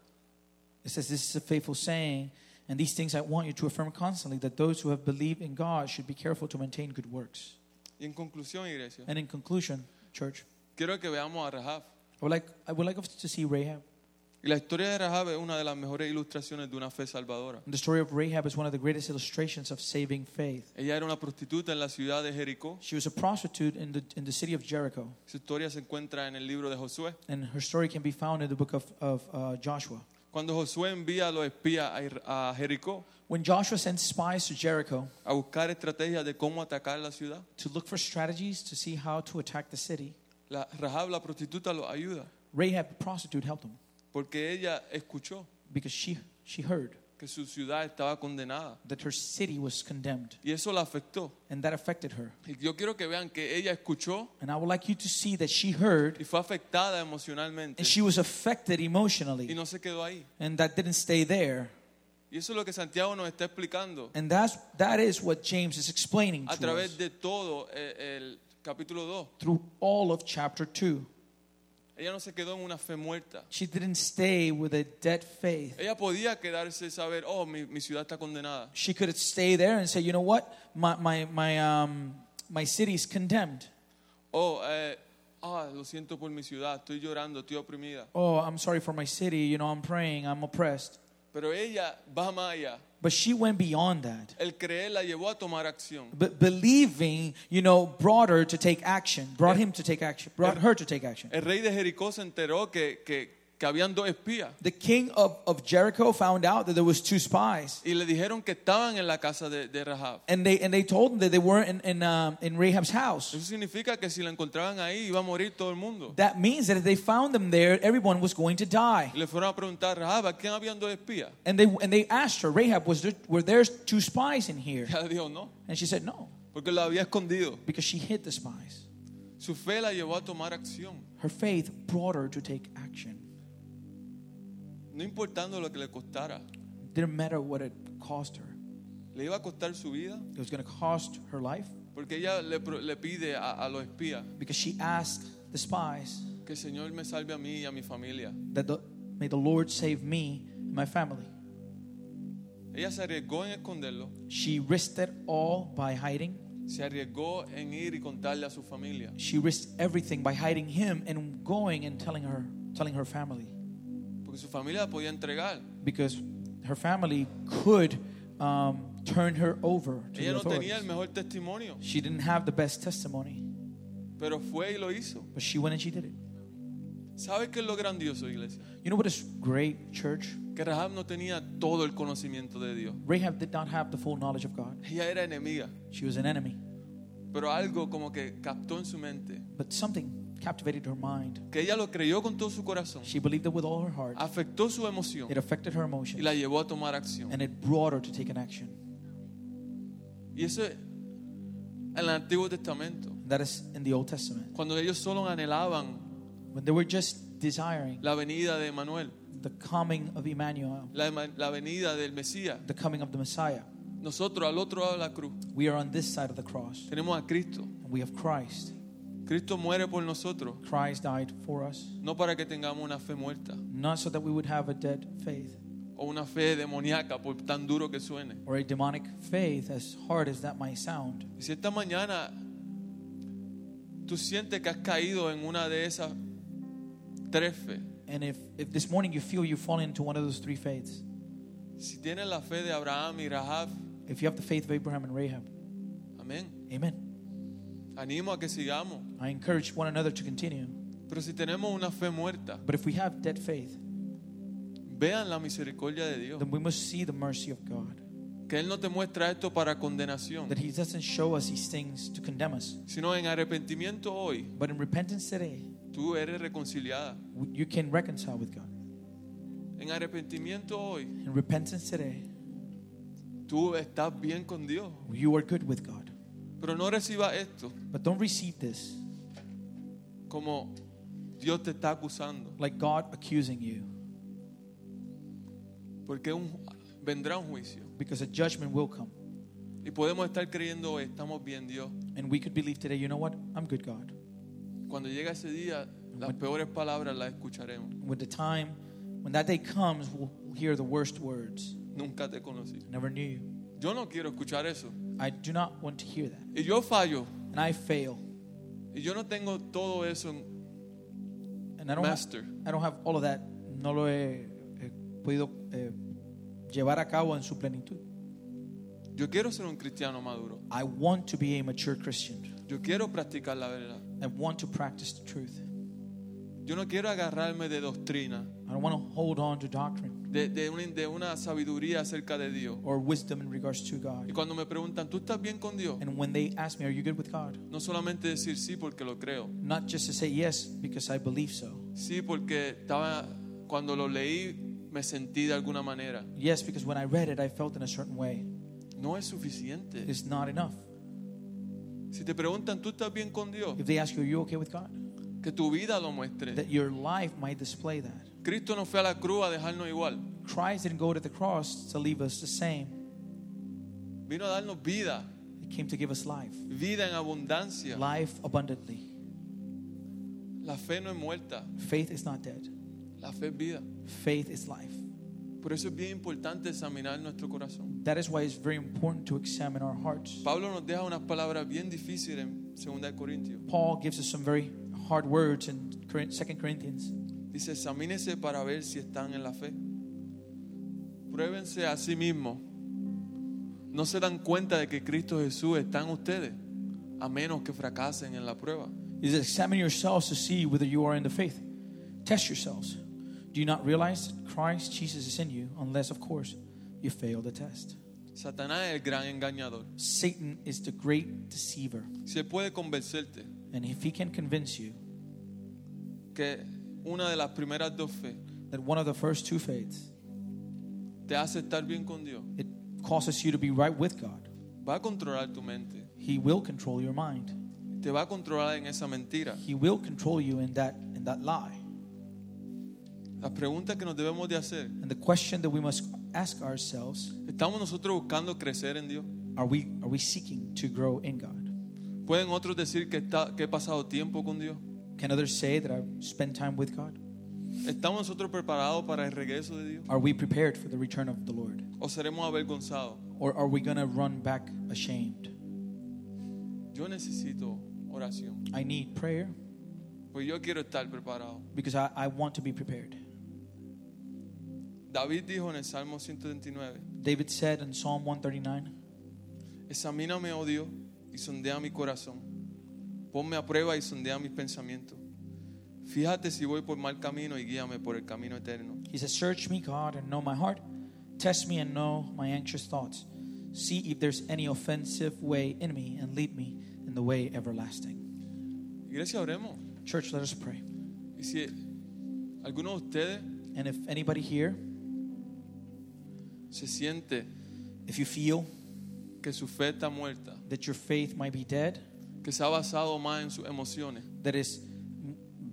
[SPEAKER 1] it says this is a faithful saying, and these things I want you to affirm constantly that those who have believed in God should be careful to maintain good works.
[SPEAKER 2] Y en conclusión, iglesia,
[SPEAKER 1] And in conclusion, church,
[SPEAKER 2] quiero que veamos a Rahab.
[SPEAKER 1] I would like I would like us to see Rahab.
[SPEAKER 2] Y la historia de Rahab es una de las mejores ilustraciones de una fe salvadora.
[SPEAKER 1] And the story of Rahab is one of the greatest illustrations of saving faith.
[SPEAKER 2] Ella era una prostituta en la ciudad de Jericó.
[SPEAKER 1] She was a prostitute in the, in the city of Jericho,
[SPEAKER 2] Su historia se encuentra en el libro de Josué.
[SPEAKER 1] and her story can be found in the book of, of uh, Joshua.
[SPEAKER 2] Cuando Josué envía a los espías a Ir- a, Jericó
[SPEAKER 1] When Joshua sent spies to Jericho
[SPEAKER 2] a buscar estrategias de cómo atacar la ciudad,
[SPEAKER 1] to look for strategies to see how to attack the city,
[SPEAKER 2] la, Rahab, la prostituta, los ayuda.
[SPEAKER 1] Rahab, the prostitute, helped them
[SPEAKER 2] Porque ella escuchó
[SPEAKER 1] because she, she heard
[SPEAKER 2] que su ciudad estaba condenada.
[SPEAKER 1] that her city was condemned,
[SPEAKER 2] Y eso la afectó.
[SPEAKER 1] and that affected her.
[SPEAKER 2] Y yo quiero que vean que ella escuchó
[SPEAKER 1] And I would like you to see that she heard
[SPEAKER 2] y fue afectada emocionalmente.
[SPEAKER 1] and she was affected
[SPEAKER 2] Y
[SPEAKER 1] emotionally,
[SPEAKER 2] no se quedó ahí.
[SPEAKER 1] and that didn't stay there.
[SPEAKER 2] Y eso es lo que Santiago nos está explicando.
[SPEAKER 1] And that's, that is what James is explaining
[SPEAKER 2] a
[SPEAKER 1] to
[SPEAKER 2] través
[SPEAKER 1] us
[SPEAKER 2] de todo eh, el capítulo 2.
[SPEAKER 1] through all of chapter 2.
[SPEAKER 2] Ella no se quedó en una fe muerta.
[SPEAKER 1] She didn't stay with a dead faith.
[SPEAKER 2] Ella podía quedarse y saber, oh, mi, mi ciudad está condenada.
[SPEAKER 1] She could stay there and say, you know what? My, my, my, um, my city's condemned.
[SPEAKER 2] Oh, eh, ah, lo siento por mi ciudad, estoy llorando, estoy oprimida.
[SPEAKER 1] Oh, I'm sorry for my city. You know, I'm praying. I'm oppressed.
[SPEAKER 2] Pero ella va más allá.
[SPEAKER 1] But she went beyond that.
[SPEAKER 2] El creer la llevó a tomar acción.
[SPEAKER 1] But believing, you know, brought her to take action. Brought him to take action. Brought her to take action.
[SPEAKER 2] El rey de Jericó se enteró que, que, que habían dos espías
[SPEAKER 1] The king of, of Jericho found out that there was two spies.
[SPEAKER 2] y le dijeron que estaban en la casa de, de Rahab.
[SPEAKER 1] And they, and they told him that they were in, in, um, in Rahab's house.
[SPEAKER 2] Eso significa que si la encontraban ahí iba a morir todo el mundo.
[SPEAKER 1] That means that if they found them there, everyone was going to die.
[SPEAKER 2] Y le fueron a preguntar, Rahab, ¿a quién habían dos espías?
[SPEAKER 1] And they, and they asked her, Rahab, was there, were there two spies in here?
[SPEAKER 2] Y ella dijo, no,
[SPEAKER 1] And she said, no,
[SPEAKER 2] porque lo había escondido.
[SPEAKER 1] because she hid the spies.
[SPEAKER 2] Su fe la llevó a tomar acción,
[SPEAKER 1] Her faith brought her to take action.
[SPEAKER 2] no importando lo que le costara.
[SPEAKER 1] Didn't matter what it cost her.
[SPEAKER 2] Le iba a costar su vida
[SPEAKER 1] It was going to cost her life
[SPEAKER 2] porque ella le, pro- le pide a, a los espías
[SPEAKER 1] because she asked the spies
[SPEAKER 2] que el Señor me salve a mí y a mi familia.
[SPEAKER 1] that the, may the Lord save me and my family.
[SPEAKER 2] Ella se arriesgó en esconderlo,
[SPEAKER 1] She risked it all by hiding.
[SPEAKER 2] se arriesgó en ir y contarle a su familia.
[SPEAKER 1] She risked everything by hiding him and going and telling her, telling her family,
[SPEAKER 2] Porque su familia la podía entregar.
[SPEAKER 1] because her family could um, turn her over to
[SPEAKER 2] Ella
[SPEAKER 1] the
[SPEAKER 2] no
[SPEAKER 1] authorities.
[SPEAKER 2] tenía el mejor testimonio,
[SPEAKER 1] She didn't have the best testimony,
[SPEAKER 2] pero fue y lo hizo.
[SPEAKER 1] but she went and she did it.
[SPEAKER 2] ¿Sabes qué es lo grandioso, iglesia?
[SPEAKER 1] You know what is great, church?
[SPEAKER 2] Que Rahab no tenía todo el conocimiento de Dios.
[SPEAKER 1] Rahab did not have the full knowledge of God.
[SPEAKER 2] Ella era enemiga,
[SPEAKER 1] She was an enemy,
[SPEAKER 2] pero algo como que captó en su mente,
[SPEAKER 1] but something captivated her mind.
[SPEAKER 2] que ella lo creyó con todo su corazón,
[SPEAKER 1] She believed it with all her heart.
[SPEAKER 2] afectó su emoción
[SPEAKER 1] It affected her
[SPEAKER 2] y
[SPEAKER 1] emotions,
[SPEAKER 2] la llevó a tomar acción.
[SPEAKER 1] and it brought her to take an action.
[SPEAKER 2] Y eso es en el Antiguo Testamento,
[SPEAKER 1] That is in the Old Testament.
[SPEAKER 2] cuando ellos solo anhelaban
[SPEAKER 1] When they were just desiring
[SPEAKER 2] la venida de Emanuel,
[SPEAKER 1] the coming of Emmanuel,
[SPEAKER 2] la, ema- la venida del Mesías.
[SPEAKER 1] the coming of the Messiah,
[SPEAKER 2] Nosotros al otro lado de la cruz
[SPEAKER 1] we are on this side of the cross,
[SPEAKER 2] tenemos a Cristo.
[SPEAKER 1] and we have Christ.
[SPEAKER 2] Cristo muere por nosotros,
[SPEAKER 1] Christ died for us,
[SPEAKER 2] no para que tengamos una fe muerta
[SPEAKER 1] not so that we would have a dead faith
[SPEAKER 2] o una fe demoníaca, por tan duro que suene.
[SPEAKER 1] or a demonic faith, as hard as that might sound.
[SPEAKER 2] Y si esta mañana tú sientes que has caído en una de esas tres fe,
[SPEAKER 1] And if, if this morning you feel you fall into one of those three faiths,
[SPEAKER 2] si tienes la fe de Abraham y Rahab,
[SPEAKER 1] if you have the faith of Abraham and Rahab,
[SPEAKER 2] amén.
[SPEAKER 1] amen.
[SPEAKER 2] Animo a que sigamos.
[SPEAKER 1] I encourage one another to continue.
[SPEAKER 2] Pero si tenemos una fe muerta,
[SPEAKER 1] But if we have dead faith,
[SPEAKER 2] vean la misericordia de Dios.
[SPEAKER 1] then we must see the mercy of God.
[SPEAKER 2] Que Él no te muestra esto para condenación,
[SPEAKER 1] That He doesn't show us these things to condemn us.
[SPEAKER 2] sino en arrepentimiento hoy,
[SPEAKER 1] But in repentance today,
[SPEAKER 2] tú eres reconciliada.
[SPEAKER 1] w- you can reconcile with God.
[SPEAKER 2] En arrepentimiento hoy,
[SPEAKER 1] In repentance today,
[SPEAKER 2] tú estás bien con Dios.
[SPEAKER 1] you are good with God.
[SPEAKER 2] Pero no recibas esto
[SPEAKER 1] But don't receive this
[SPEAKER 2] como Dios te está acusando.
[SPEAKER 1] like God accusing you,
[SPEAKER 2] Porque un- vendrá un juicio.
[SPEAKER 1] because a judgment will come.
[SPEAKER 2] Y podemos estar creyendo hoy, estamos bien Dios.
[SPEAKER 1] And we could believe today, you know what? I'm good, God.
[SPEAKER 2] Cuando llega ese día, las peores palabras las escucharemos.
[SPEAKER 1] When the time, when that day comes, we'll we'll hear the worst words.
[SPEAKER 2] Nunca te conocí.
[SPEAKER 1] I never knew you.
[SPEAKER 2] Yo no quiero escuchar eso.
[SPEAKER 1] I do not want to hear that.
[SPEAKER 2] Y yo fallo.
[SPEAKER 1] And I fail.
[SPEAKER 2] Y yo no tengo todo eso en
[SPEAKER 1] And I don't, have,
[SPEAKER 2] master.
[SPEAKER 1] I don't have all of that no lo he eh, podido eh, llevar a cabo en su plenitud.
[SPEAKER 2] Yo quiero ser un cristiano maduro.
[SPEAKER 1] I want to be a mature Christian.
[SPEAKER 2] Yo quiero practicar la verdad.
[SPEAKER 1] I want to practice the truth.
[SPEAKER 2] Yo no quiero agarrarme de doctrina,
[SPEAKER 1] I don't want to hold on to doctrine
[SPEAKER 2] de, de una, de una sabiduría acerca de Dios.
[SPEAKER 1] or wisdom in regards to
[SPEAKER 2] Y
[SPEAKER 1] God.
[SPEAKER 2] cuando me preguntan, ¿tú estás bien con Dios?
[SPEAKER 1] And when they ask me, Are you good with God?
[SPEAKER 2] No solamente decir sí porque lo creo,
[SPEAKER 1] Not just to say yes because I believe so.
[SPEAKER 2] sí porque estaba, cuando lo leí me sentí de alguna manera.
[SPEAKER 1] Yes, because when I read it, I felt in a certain way.
[SPEAKER 2] No es suficiente.
[SPEAKER 1] It's not enough.
[SPEAKER 2] Si te preguntan, ¿tú estás bien con Dios?
[SPEAKER 1] If they ask you, Are you okay with God?
[SPEAKER 2] Que tu vida lo muestre.
[SPEAKER 1] That your life might display that.
[SPEAKER 2] Cristo no fue a la cruz a dejarnos igual.
[SPEAKER 1] Christ didn't go to the cross to leave us the same,
[SPEAKER 2] Vino a darnos vida,
[SPEAKER 1] He came to give us life,
[SPEAKER 2] vida en abundancia.
[SPEAKER 1] life abundantly.
[SPEAKER 2] La fe no es muerta,
[SPEAKER 1] Faith is not dead,
[SPEAKER 2] la fe es vida.
[SPEAKER 1] faith is life.
[SPEAKER 2] Por eso es bien importante examinar nuestro corazón.
[SPEAKER 1] That is why it's very important to examine our hearts.
[SPEAKER 2] Pablo nos deja unas palabras bien difíciles en 2 de Corintios.
[SPEAKER 1] Paul gives us some very hard words in 2 Corinthians.
[SPEAKER 2] Dice, examínense para ver si están en la fe. Pruébense a sí mismos. No se dan cuenta de que Cristo Jesús está en ustedes, a menos que fracasen en la prueba.
[SPEAKER 1] He says, Examine yourselves to see whether you are in the faith. Test yourselves. Do you not realize that Christ Jesus is in you, unless, of course, you fail the test?
[SPEAKER 2] Satanás es el gran engañador.
[SPEAKER 1] Satan is the great deceiver.
[SPEAKER 2] Si él puede convencerte
[SPEAKER 1] And if he can convince you
[SPEAKER 2] que una de las primeras dos fe
[SPEAKER 1] that one of the first two faiths,
[SPEAKER 2] te hace estar bien con Dios,
[SPEAKER 1] it causes you to be right with God,
[SPEAKER 2] va a controlar tu mente.
[SPEAKER 1] he will control your mind.
[SPEAKER 2] Te va a controlar en esa mentira.
[SPEAKER 1] He will control you in that, in that lie.
[SPEAKER 2] Las preguntas que nos debemos de hacer,
[SPEAKER 1] And the question that we must ask ourselves
[SPEAKER 2] ¿estamos nosotros buscando crecer en Dios?
[SPEAKER 1] are we, are we seeking to grow in God?
[SPEAKER 2] ¿Pueden otros decir que, está, que he pasado tiempo con Dios?
[SPEAKER 1] Can others say that I've spent time with God?
[SPEAKER 2] ¿Estamos nosotros preparados para el regreso de Dios?
[SPEAKER 1] Are we prepared for the return of the Lord?
[SPEAKER 2] ¿O seremos avergonzados?
[SPEAKER 1] Or are we going to run back ashamed?
[SPEAKER 2] Yo necesito oración,
[SPEAKER 1] I need prayer
[SPEAKER 2] pues yo quiero estar preparado.
[SPEAKER 1] because I, I want to be prepared.
[SPEAKER 2] David dijo en el Salmo 129,
[SPEAKER 1] David said in Psalm 139,
[SPEAKER 2] examíname, oh Dios, y sondea mi corazón. Ponme a prueba y sondea mis pensamientos. Fíjate si voy por mal camino y guíame por el camino eterno.
[SPEAKER 1] He says, Search me, God, and know my heart. Test me and know my anxious thoughts. See if there's any offensive way in me, and lead me in the way everlasting.
[SPEAKER 2] Iglesia, oremos.
[SPEAKER 1] Church, let us pray.
[SPEAKER 2] Y si alguno de ustedes
[SPEAKER 1] And if anybody here,
[SPEAKER 2] se siente
[SPEAKER 1] if you feel
[SPEAKER 2] que su fe está muerta,
[SPEAKER 1] that your faith might be dead,
[SPEAKER 2] que se ha basado más en sus emociones,
[SPEAKER 1] that is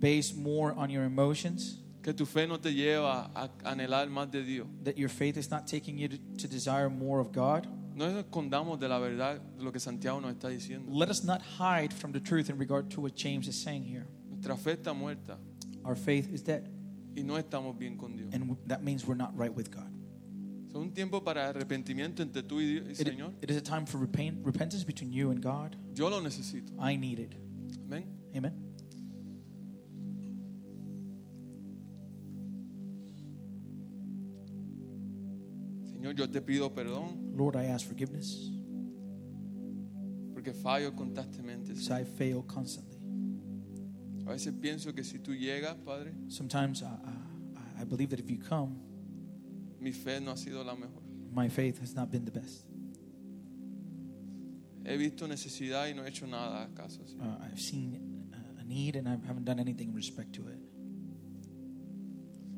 [SPEAKER 1] based more on your emotions,
[SPEAKER 2] que tu fe no te lleva a anhelar más de Dios.
[SPEAKER 1] that your faith is not taking you to, to desire more of God,
[SPEAKER 2] No nos escondamos de la verdad de lo que Santiago nos está diciendo.
[SPEAKER 1] let us not hide from the truth in regard to what James is saying here.
[SPEAKER 2] Nuestra fe está muerta
[SPEAKER 1] Our faith is dead,
[SPEAKER 2] y no estamos bien con Dios.
[SPEAKER 1] and that means we're not right with God.
[SPEAKER 2] Es un tiempo para arrepentimiento entre tú y Dios. Y
[SPEAKER 1] It-
[SPEAKER 2] Señor,
[SPEAKER 1] it is a time for repent, repentance between you and God.
[SPEAKER 2] yo lo necesito.
[SPEAKER 1] I need it.
[SPEAKER 2] Amén.
[SPEAKER 1] Amen.
[SPEAKER 2] Señor, yo te pido perdón
[SPEAKER 1] Lord, I ask forgiveness
[SPEAKER 2] porque fallo constantemente.
[SPEAKER 1] because
[SPEAKER 2] Señor.
[SPEAKER 1] I fail constantly.
[SPEAKER 2] A veces pienso que si tú llegas, Padre,
[SPEAKER 1] Sometimes I, I, I believe that if you come,
[SPEAKER 2] mi fe no ha sido la mejor.
[SPEAKER 1] my faith has not been the best.
[SPEAKER 2] He visto necesidad y no he hecho nada acaso. Señor.
[SPEAKER 1] Uh, I've seen uh, a need and I haven't done anything in respect to it.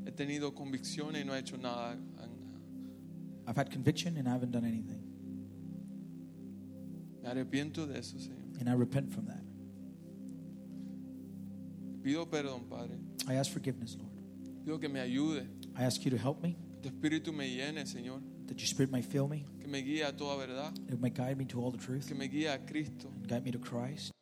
[SPEAKER 2] He tenido convicciones y no he hecho nada. an-
[SPEAKER 1] I've had conviction and I haven't done anything.
[SPEAKER 2] Me arrepiento de eso, Señor.
[SPEAKER 1] And I repent from that.
[SPEAKER 2] Te pido perdón, Padre.
[SPEAKER 1] I ask forgiveness, Lord.
[SPEAKER 2] Pido que me ayude,
[SPEAKER 1] I ask you to help me,
[SPEAKER 2] que tu espíritu me llene, Señor.
[SPEAKER 1] that your spirit might fill me,
[SPEAKER 2] que me guía a toda verdad,
[SPEAKER 1] it might guide me to all the truth,
[SPEAKER 2] que me guía a Cristo,
[SPEAKER 1] and guide me to Christ,